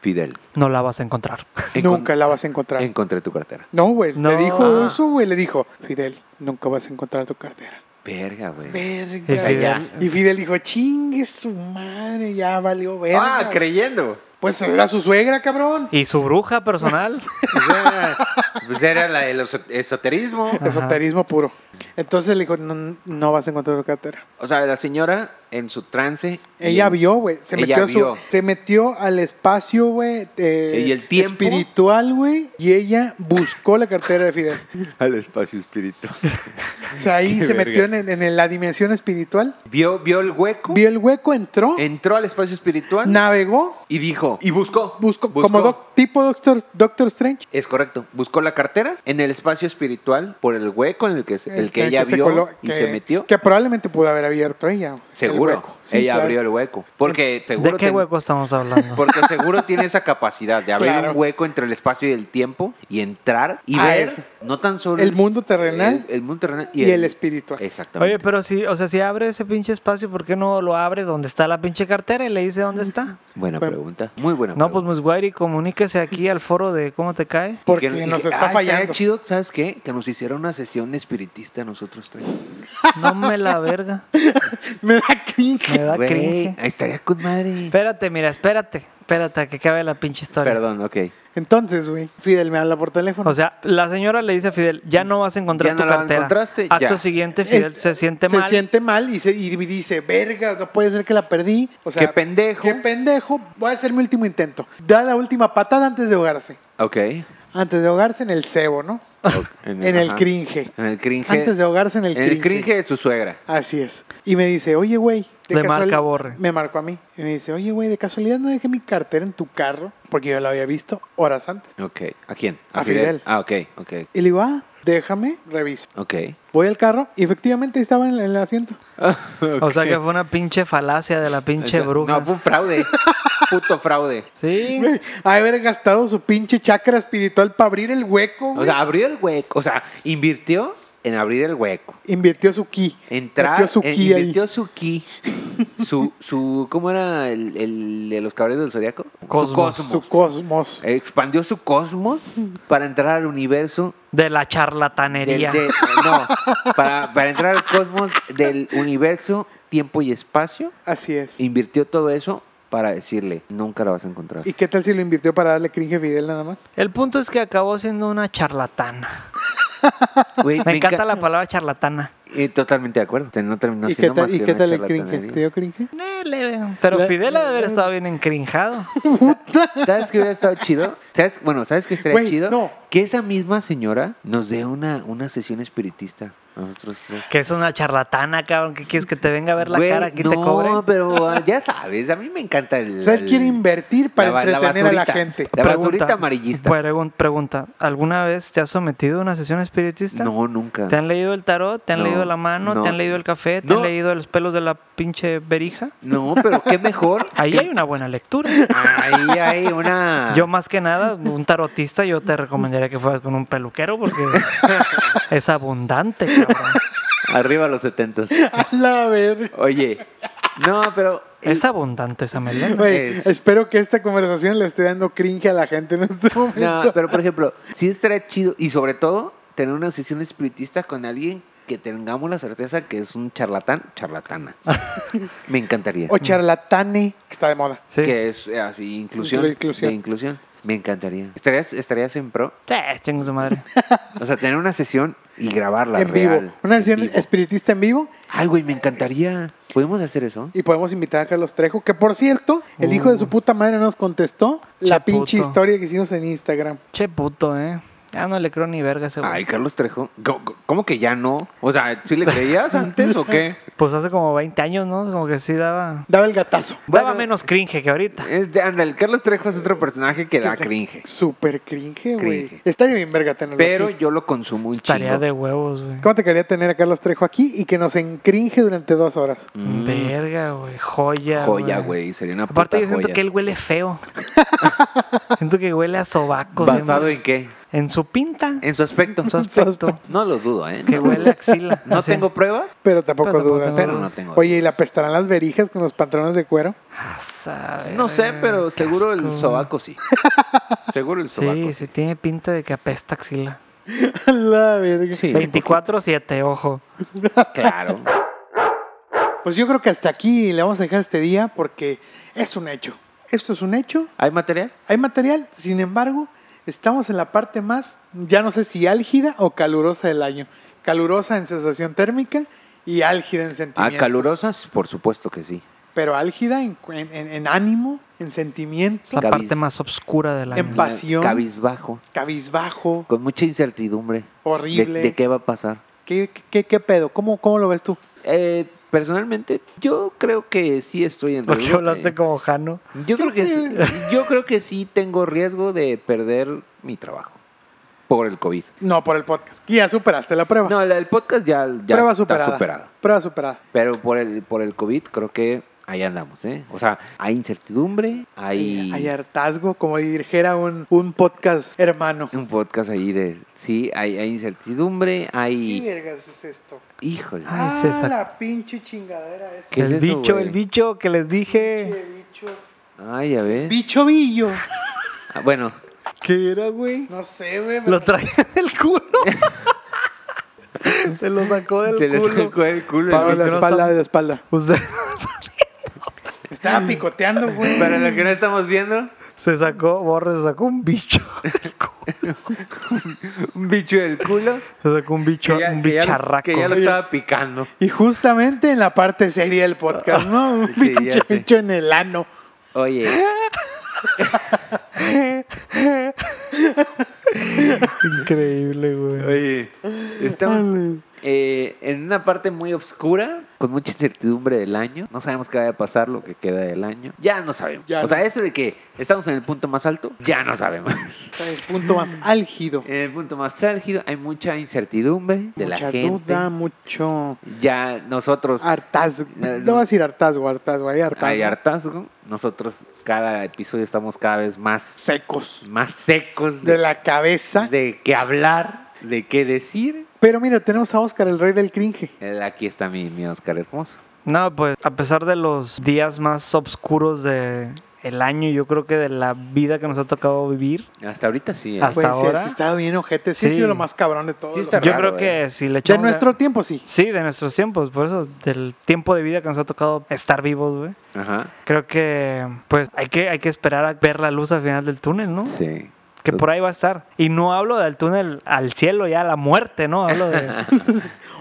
S4: Fidel.
S2: No la vas a encontrar.
S4: encon-
S5: Nunca la vas a encontrar.
S4: Encontré tu cartera.
S5: No, güey.
S2: No.
S5: Le dijo
S2: Ah.
S5: eso, güey. Le dijo, Fidel, nunca vas a encontrar tu cartera.
S4: Verga, güey.
S2: Y
S5: Verga.
S2: Fidel-
S4: ya.
S5: Y Fidel dijo, chingue su madre, ya valió verga.
S4: Ah, creyendo.
S5: Pues era su suegra, cabrón.
S2: Y su bruja personal.
S4: Pues era, pues era la del oso- esoterismo.
S2: Ajá.
S5: Esoterismo puro. Entonces le dijo, no, no vas a encontrar tu cartera.
S4: O sea, la señora en su trance. y
S5: Ella
S4: en-
S5: vio, güey. Se,
S4: Ella
S5: metió a su-
S4: vio.
S5: se metió al espacio, güey. eh,
S4: ¿Y el tiempo?
S5: Espiritual, güey. Y ella buscó la cartera de Fidel.
S4: Al espacio espiritual.
S5: O sea, ahí
S4: Qué
S5: se
S4: verga.
S5: metió en, en- en la dimensión espiritual.
S4: Vio, vio el hueco.
S5: Vio el hueco, entró,
S4: Entró al espacio espiritual.
S5: navegó,
S4: Y dijo. Y buscó.
S5: buscó, como doc- tipo Doctor, Doctor Strange.
S4: Es correcto. Buscó la cartera en el espacio espiritual por el hueco en el que, se- el que, ella
S5: se
S4: vio
S5: coló-
S4: y
S5: que-
S4: se metió.
S5: Que probablemente pudo haber abierto ella.
S4: seguro.
S5: el hueco. Sí,
S4: ella
S5: claro.
S4: abrió el hueco. Porque seguro.
S2: ¿De qué
S4: ten-
S2: hueco estamos hablando?
S4: Porque seguro tiene esa capacidad de abrir
S5: Claro.
S4: un hueco entre el espacio y el tiempo y entrar y
S5: A
S4: ver
S5: ese.
S4: no tan solo
S5: El mundo terrenal
S4: el, el mundo terrenal
S5: y, el espiritual.
S4: Exactamente.
S2: Oye, pero si, o sea, si abre ese pinche espacio, ¿por qué no lo abre donde está la pinche cartera y le dice dónde está?
S4: buena
S5: Bueno.
S4: pregunta. Muy buena
S2: No, pues
S4: pregunta.
S2: Musguairi, comuníquese aquí al foro de c¿Cómo te cae?
S5: Porque
S4: Y que- y
S5: nos
S4: que-
S5: está
S4: ah,
S5: fallando.
S4: estaría chido, ¿sabes qué? Que nos hiciera una sesión espiritista a nosotros tres.
S2: No me la verga.
S4: eh.
S5: Me da cringe.
S2: Me da
S4: Güey,
S2: cringe.
S4: estaría con madre.
S2: Espérate, mira, espérate. Espérate a que acabe la pinche historia.
S4: Perdón, ok.
S5: Entonces, güey, Fidel me habla por teléfono.
S2: O sea, la señora le dice a Fidel, ya no vas a encontrar
S4: Ya
S2: tu
S4: no la
S2: cartera.
S4: encontraste,
S2: Acto
S4: ya.
S2: siguiente, Fidel
S5: Es-
S2: se siente
S5: se
S2: mal.
S5: siente mal y, se, y dice, verga, no puede ser que la perdí. O sea,
S4: qué pendejo.
S5: qué pendejo. Voy a hacer mi último intento. Da la última patada antes de ahogarse.
S4: ok.
S5: Antes de ahogarse en el cebo, ¿no?
S4: Ok,
S5: En el
S4: ajá.
S5: cringe.
S4: En el cringe.
S5: Antes de ahogarse en el
S4: en
S5: cringe.
S4: el cringe de su suegra.
S5: Así es. Y me dice, oye, güey. de
S2: Le
S5: casual-
S2: marca Borre.
S5: Me marcó a mí. Y me dice, oye, güey, de casualidad no dejé mi cartera en tu carro. Porque yo la había visto horas antes.
S4: Ok. ¿A quién?
S5: A Fidel.
S4: Ah, ok, ok,
S5: Y le digo, ah, déjame, reviso.
S4: ok.
S5: Voy al carro y efectivamente estaba en el- en el asiento.
S2: O sea que fue una pinche falacia de la pinche
S4: Eso-
S2: bruja.
S4: No, fue un fraude. puto fraude.
S2: Sí.
S5: Güey, ha de haber gastado su pinche chakra espiritual para abrir el hueco,
S4: O
S5: güey.
S4: sea, abrió el hueco. O sea, invirtió en abrir el hueco.
S5: invirtió su ki.
S4: Entrar,
S5: Metió su
S4: eh,
S5: ki ahí.
S4: invirtió su ki. Su, su, ¿cómo era el, el de los caballeros del zodiaco?
S2: Cosmos.
S4: Su cosmos. Eh,
S5: Su cosmos.
S4: Expandió su cosmos para entrar al universo.
S2: De la
S4: del-
S2: charlatanería.
S4: de- no, para, para entrar al cosmos del universo, tiempo y espacio.
S5: Así es.
S4: Invirtió todo eso para decirle, nunca la vas a encontrar.
S5: ¿Y qué tal si lo invirtió para darle cringe a Fidel nada más?
S2: El punto es que acabó siendo una charlatana.
S4: Güey,
S2: Me encanta
S4: enca-
S2: la palabra charlatana.
S4: Eh, totalmente de acuerdo. Te- No terminó
S5: ¿Y qué
S4: siendo
S5: tal,
S4: más
S5: ¿y
S4: que
S5: qué
S4: una
S5: tal el
S4: charlatanería.
S5: cringe? ¿Te dio cringe?
S2: Eh, leve. Pero
S5: La-
S2: Fidel ha de haber estado bien encrinjado.
S4: ¿Sabes qué hubiera estado chido? ¿Sabes? Bueno, ¿sabes qué estaría
S5: Güey,
S4: chido?
S5: no.
S4: Que esa misma señora nos dé una, una sesión espiritista. a Nosotros tres.
S2: Que es una charlatana, cabrón. ¿Qué quieres que te venga a ver la
S4: Güey,
S2: cara? Aquí
S4: no,
S2: te cobren.
S4: pero ah, ya sabes, a mí me encanta el.
S5: ¿Sabes?
S4: el-
S5: Quiere invertir para
S4: ba-
S5: entretener a la
S4: basurita.
S5: gente.
S4: La
S2: Pregunta.
S4: basurita amarillista.
S2: Pregun- pregunta, ¿alguna vez te has sometido a una sesión espiritista?
S4: no, nunca.
S2: ¿Te han leído el tarot? ¿Te han
S4: No,
S2: leído la mano?
S4: no.
S2: ¿Te han leído el café? ¿Te
S4: No.
S2: han leído los pelos de la pinche berija?
S4: No, pero qué Ah. mejor.
S2: Ahí
S4: que-
S2: hay una buena lectura.
S4: Ahí hay una.
S2: Yo más que nada, un tarotista, yo te recomendaría que fueras con un peluquero porque es abundante, cabrón.
S4: Arriba los setentos.
S5: A la verga.
S4: Oye. No, pero.
S2: Es abundante esa melena.
S5: Güey,
S4: Es-
S5: espero que esta conversación le esté dando cringe a la gente en este momento.
S4: No, pero por ejemplo, sí estaría chido y sobre todo tener una sesión espiritista con alguien que tengamos la certeza que es un charlatán, charlatana. Me encantaría.
S5: O charlatane, que está de moda.
S2: Sí.
S4: Que es eh, así, inclusión.
S5: Inclu- inclusión.
S4: de inclusión. Me encantaría. ¿Estarías, ¿Estarías en pro?
S2: Sí, chingue su madre.
S4: O sea, tener una sesión y grabarla
S5: en
S4: real.
S5: vivo. Una
S4: en
S5: sesión
S4: vivo.
S5: espiritista en vivo.
S4: Ay, güey, me encantaría. ¿Podemos hacer eso?
S5: Y podemos invitar a Carlos Trejo, que por cierto, el hijo de su
S2: Uh.
S5: puta madre nos contestó la
S2: Che,
S5: pinche
S2: puto.
S5: historia que hicimos en Instagram.
S2: Che puto, eh. Ya no le creo ni verga a ese
S4: Ay,
S2: güey.
S4: Carlos Trejo. ¿Cómo, cómo que ya no? O sea, ¿sí le creías antes o qué?
S2: Pues hace como 20 años, ¿no? Como que sí daba...
S5: Daba el gatazo.
S2: daba
S4: Bueno.
S2: menos cringe que ahorita.
S4: Es, anda, el Carlos Trejo es otro personaje que da cringe.
S5: Super cringe, güey.
S4: Cringe.
S5: Estaría bien verga tenerlo
S4: Pero
S5: aquí.
S4: yo lo consumo un
S2: Tarea
S4: chingo.
S2: de huevos, güey.
S5: ¿Cómo te quería tener a Carlos Trejo aquí y que nos encringe durante dos horas?
S4: Mm,
S2: Verga, güey. Joya.
S4: joya, güey. Sería una puta
S2: Aparte, yo siento
S4: joya.
S2: que él huele feo. siento que huele a sobaco.
S4: ¿Basado
S2: siempre.
S4: en qué?
S2: en... su pinta. En
S4: En su aspecto.
S2: su aspecto.
S4: No lo dudo, ¿eh?
S2: que huele a axila.
S4: No
S2: así.
S4: tengo pruebas,
S5: Pero tampoco
S2: Pero tampoco
S5: duda.
S2: tengo-
S4: pero no tengo.
S5: Oye, ¿y la apestarán las verijas con los pantalones de cuero?
S2: Ah, sabe,
S4: No sé, pero
S2: qué
S4: seguro el
S2: asco.
S4: sobaco sí. Seguro el sobaco.
S2: Sí, sí, tiene pinta de que apesta axila.
S5: A la verga.
S4: Sí,
S2: 24-7, ojo.
S4: Claro.
S5: Pues yo creo que hasta aquí le vamos a dejar este día porque es un hecho. Esto es un hecho.
S4: ¿Hay material?
S5: Hay material, sin embargo, estamos en la parte más, ya no sé si álgida o calurosa del año. Calurosa en sensación térmica y álgida en
S4: ¿A
S5: sentimientos.
S4: calurosas? Ah, Por supuesto que sí.
S5: Pero álgida en, en- en- en ánimo, en sentimiento,
S2: Es la
S4: Cabiz-
S2: parte más oscura del año.
S5: En Pasión.
S4: Cabizbajo.
S5: cabizbajo,
S4: Con mucha incertidumbre. De,
S5: horrible.
S4: de qué va a pasar?
S5: ¿Qué, qué, qué pedo? ¿Cómo, ¿Cómo lo ves tú?
S4: Eh, personalmente, yo creo que sí estoy en
S2: Porque
S4: riesgo.
S2: hablaste
S4: Eh,
S2: como Jano.
S4: Yo creo que sí, yo creo que sí tengo riesgo de perder mi trabajo por el COVID.
S5: No, por el podcast. Y ya superaste la prueba.
S4: No, el, el podcast ya, ya
S5: Ah. prueba
S4: está
S5: superada.
S4: superado.
S5: Prueba superada.
S4: Pero por el por el COVID creo que ahí andamos, ¿eh? O sea, hay incertidumbre, hay
S5: Eh, Hay hartazgo, como dijera un, un podcast hermano.
S4: un podcast ahí de sí, hay, hay incertidumbre,
S5: ¿Qué
S4: hay
S5: vergas es esto?
S4: híjole.
S2: Ah,
S5: Ah,
S2: se sacó.
S5: la pinche chingadera esa.
S4: ¿Qué es
S2: el
S4: eso,
S2: bicho,
S4: güey?
S2: el bicho que les dije.
S5: Pinche bicho.
S4: Ay, a ver.
S5: Bicho billo.
S4: Ah, bueno,
S2: ¿Qué era, güey?
S5: No sé, güey.
S2: Lo
S5: pero-
S2: traía del culo. se lo sacó del
S4: se les
S2: culo.
S4: sacó el culo.
S5: Pablo,
S2: Pablo,
S5: de la
S2: no
S5: espalda,
S2: está-
S5: de la espalda.
S2: Usted
S5: Estaba picoteando, güey.
S4: Para lo que no estamos viendo,
S2: se sacó, Borre se sacó un bicho del culo.
S4: un bicho del culo.
S2: Se sacó un bicho,
S4: que ya-
S2: un
S4: que ya lo-
S2: bicharraco.
S4: que ya lo estaba picando.
S5: Y justamente en la parte seria del podcast, ¿no? Un
S4: Sí, ya
S5: pinche
S4: sé.
S5: bicho en el ano.
S4: Oye.
S2: Increíble, güey.
S4: Oye, estamos eh, en una parte muy oscura, con mucha incertidumbre del año. No sabemos qué va a pasar, lo que queda del año. Ya no sabemos.
S5: Ya
S4: o
S5: no.
S4: sea, ese de que estamos en el punto más alto, ya no sabemos.
S5: Está el punto más álgido.
S4: en el punto más álgido hay mucha incertidumbre de
S5: Mucha
S4: la gente.
S5: duda, mucho
S4: Ya nosotros...
S5: hartazgo.
S4: Eh,
S5: No voy a decir hartazgo, hartazgo, hay hartazgo.
S4: Hay hartazgo. Nosotros cada episodio estamos cada vez más,
S5: Secos
S4: más secos
S5: de la cabeza.
S4: de qué hablar, de qué decir.
S5: Pero mira, tenemos a Oscar, el rey del cringe.
S4: Eh, Aquí está mi, mi Oscar hermoso.
S2: No, pues a pesar de los días más oscuros de el año, yo creo que de la vida que nos ha tocado vivir,
S4: Hasta ahorita sí. ¿eh?
S2: Hasta
S5: Pues sí,
S2: ahora.
S5: sí, está bien ojete. Sí, ha
S2: Sí.
S5: sido lo más cabrón de todo.
S4: Sí, está
S2: yo
S4: raro, eh.
S2: creo que si le
S5: De
S2: echamos
S5: nuestro tiempo, sí.
S2: Sí, de nuestros tiempos, por eso, del tiempo de vida que nos ha tocado estar vivos, güey.
S4: Ajá.
S2: Creo que, pues, hay que, hay que esperar a ver la luz al final del túnel, ¿no?
S4: Sí.
S2: Que por ahí va a estar. Y no hablo del túnel al cielo, ya a la muerte, ¿no? Hablo de...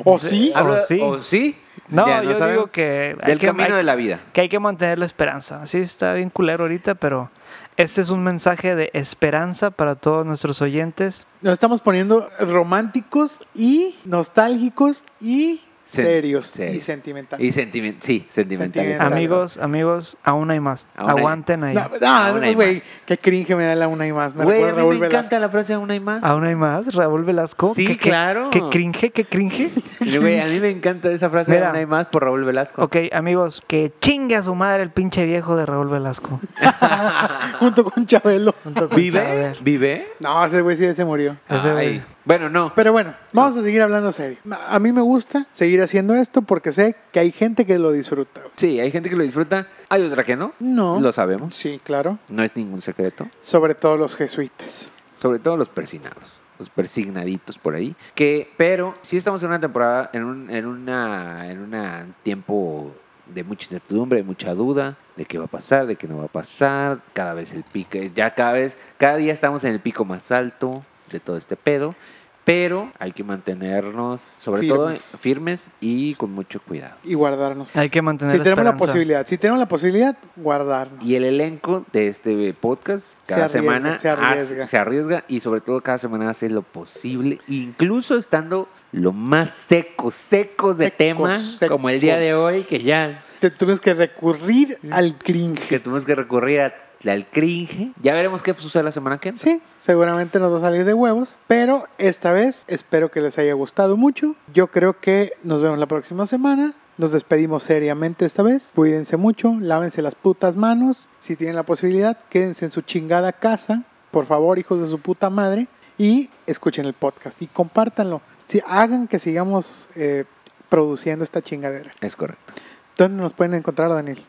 S5: ¿O sí?
S2: Ah,
S4: Habla-
S2: ¿O sí?
S4: ¿O sí?
S2: No,
S4: Ya
S2: yo
S4: sabemos.
S2: digo que... hay
S4: Del
S2: que-
S4: camino
S2: hay-
S4: de la vida.
S2: que hay que mantener la esperanza. Sí, está bien culero ahorita, pero este es un mensaje de esperanza para todos nuestros oyentes.
S5: Nos estamos poniendo románticos y nostálgicos y
S4: Sen-
S5: serios y
S4: serios.
S5: sentimentales.
S4: Y sentimental. Sí,
S5: Sentimental.
S4: sentimental.
S5: Claro.
S2: Amigos, amigos, aún hay más.
S4: Aún hay-
S2: Aguanten ahí.
S5: No, pues, no,
S4: Aún hay
S5: güey,
S4: más.
S5: qué cringe me da la una y más. Me
S4: Güey, a
S5: recuerda
S4: mí
S5: Raúl
S4: me
S5: Velasco.
S4: encanta la frase aún hay más.
S2: Aún hay más, Raúl Velasco.
S4: Sí,
S2: ¿Qué- qué-
S4: claro.
S2: ¿Qué cringe? ¿Qué cringe?
S4: Y, Güey, a mí me encanta esa frase
S2: Mira.
S4: aún hay más por Raúl Velasco.
S2: ok, amigos, que chingue a su madre el pinche viejo de Raúl Velasco.
S5: Junto con Chabelo.
S2: Junto con
S4: ¿Vive?
S2: Charbel.
S4: ¿Vive?
S5: No, ese güey sí ya se murió.
S2: Ese güey.
S4: Ay. Bueno, no.
S5: Pero bueno, vamos a seguir hablando serio. A mí me gusta seguir haciendo esto porque sé que hay gente que lo disfruta. güey.
S4: Sí, hay gente que lo disfruta, hay otra que no.
S5: No.
S4: Lo sabemos.
S5: Sí, claro.
S4: No es ningún secreto.
S5: Sobre todo los jesuitas.
S4: Sobre todo los persinados. Los persignaditos por ahí. Que, pero, sí estamos en una temporada, en un, en una, en un tiempo de mucha incertidumbre, de mucha duda, de qué va a pasar, de qué no va a pasar. Cada vez el pico, ya cada vez, cada día estamos en el pico más alto de todo este pedo. Pero hay que mantenernos, sobre
S5: Firmes.
S4: todo, firmes y con mucho cuidado.
S5: Y guardarnos.
S2: Hay que mantener
S5: si tenemos la
S2: esperanza.
S5: posibilidad, si tenemos la posibilidad, guardarnos.
S4: Y el elenco de este podcast cada
S5: arriesga,
S4: semana
S5: se arriesga.
S4: hace- se arriesga y sobre todo cada semana hace lo posible, incluso estando lo más secos, secos de
S5: Secos,
S4: temas,
S5: secos.
S4: como el día de hoy, que ya
S5: Te tuvimos que recurrir al cringe.
S4: que tuvimos que recurrir a- al cringe. Ya veremos qué sucede la semana que entra.
S5: Sí, seguramente nos va a salir de huevos, pero esta vez espero que les haya gustado mucho. Yo creo que nos vemos la próxima semana. Nos despedimos seriamente esta vez. Cuídense mucho, lávense las putas manos. Si tienen la posibilidad, quédense en su chingada casa. Por favor, hijos de su puta madre. Y escuchen el podcast y compártanlo. Si, hagan que sigamos eh, produciendo esta chingadera.
S4: Es correcto.
S5: ¿Dónde nos pueden encontrar, Daniel?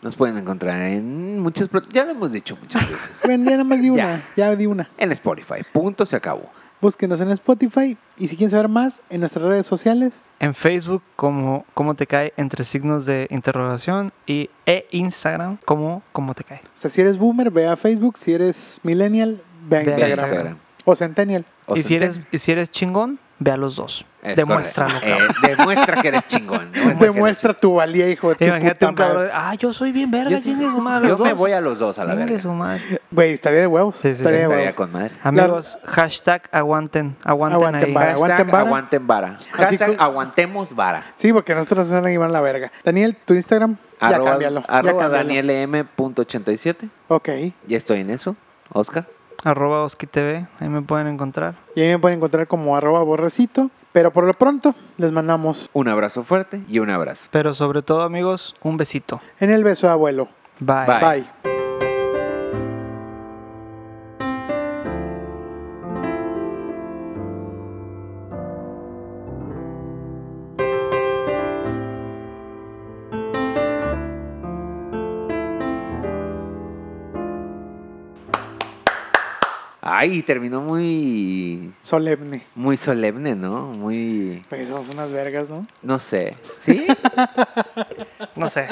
S4: Nos pueden encontrar en muchas, plat- ya lo hemos dicho muchas veces,
S5: Ven, ya nada más di una. ya di una.
S4: en Spotify. Punto, se acabó.
S5: Búsquenos en Spotify y si quieren saber más, en nuestras redes sociales
S2: En Facebook, como cómo te cae entre signos de interrogación y e Instagram, como cómo te cae.
S5: O sea, si eres boomer, ve a Facebook. Si eres millennial, ve a
S2: Ve a
S4: Ve a
S5: Instagram. O centennial.
S4: O
S2: y, si eres,
S4: Centennial.
S2: y si eres chingón, ve a los dos.
S4: Es
S2: Demuéstralo.
S4: correcto. Eh, demuestra que eres chingón. que eres
S5: Demuestra tu valía,
S4: Eh,
S5: hijo de tu
S2: Imagínate
S5: puta
S2: un cabrón.
S5: madre.
S2: Ah, yo soy bien verga,
S4: Yo,
S2: chingue su madre.
S4: yo
S2: los
S4: me
S2: dos".
S4: voy a los dos a la
S2: Chingue
S4: verga.
S2: su madre.
S5: Güey, estaría de huevos.
S2: Sí, sí, sí,
S5: estaría de
S4: Estaría
S5: huevos.
S4: con madre.
S2: Amigos, hashtag aguanten, aguanten,
S5: Aguanten
S2: ahí.
S5: vara.
S4: Hashtag
S5: aguanten vara.
S4: aguanten vara.
S5: Así
S4: Hashtag
S5: como-
S4: aguantemos vara.
S5: Sí, porque nosotros nos van a llevar la verga. Daniel, tu Instagram, ya
S4: Arroba,
S5: cámbialo.
S4: arroba
S5: ya cámbialo.
S4: danielm.87.
S5: Ok.
S4: Ya estoy en eso, Oscar.
S2: Arroba Oski TV, ahí me pueden encontrar.
S5: Y ahí me pueden encontrar como arroba borrecito. Pero por lo pronto, les mandamos
S4: Un abrazo fuerte y un abrazo.
S2: Pero sobre todo, amigos, un besito.
S5: en el beso de abuelo.
S2: Bye.
S4: Bye.
S5: Bye.
S4: Ay, terminó muy
S5: Solemne.
S4: muy solemne, ¿no? Muy
S5: Pues somos unas vergas, ¿no?
S4: no sé. ¿Sí?
S2: No sé.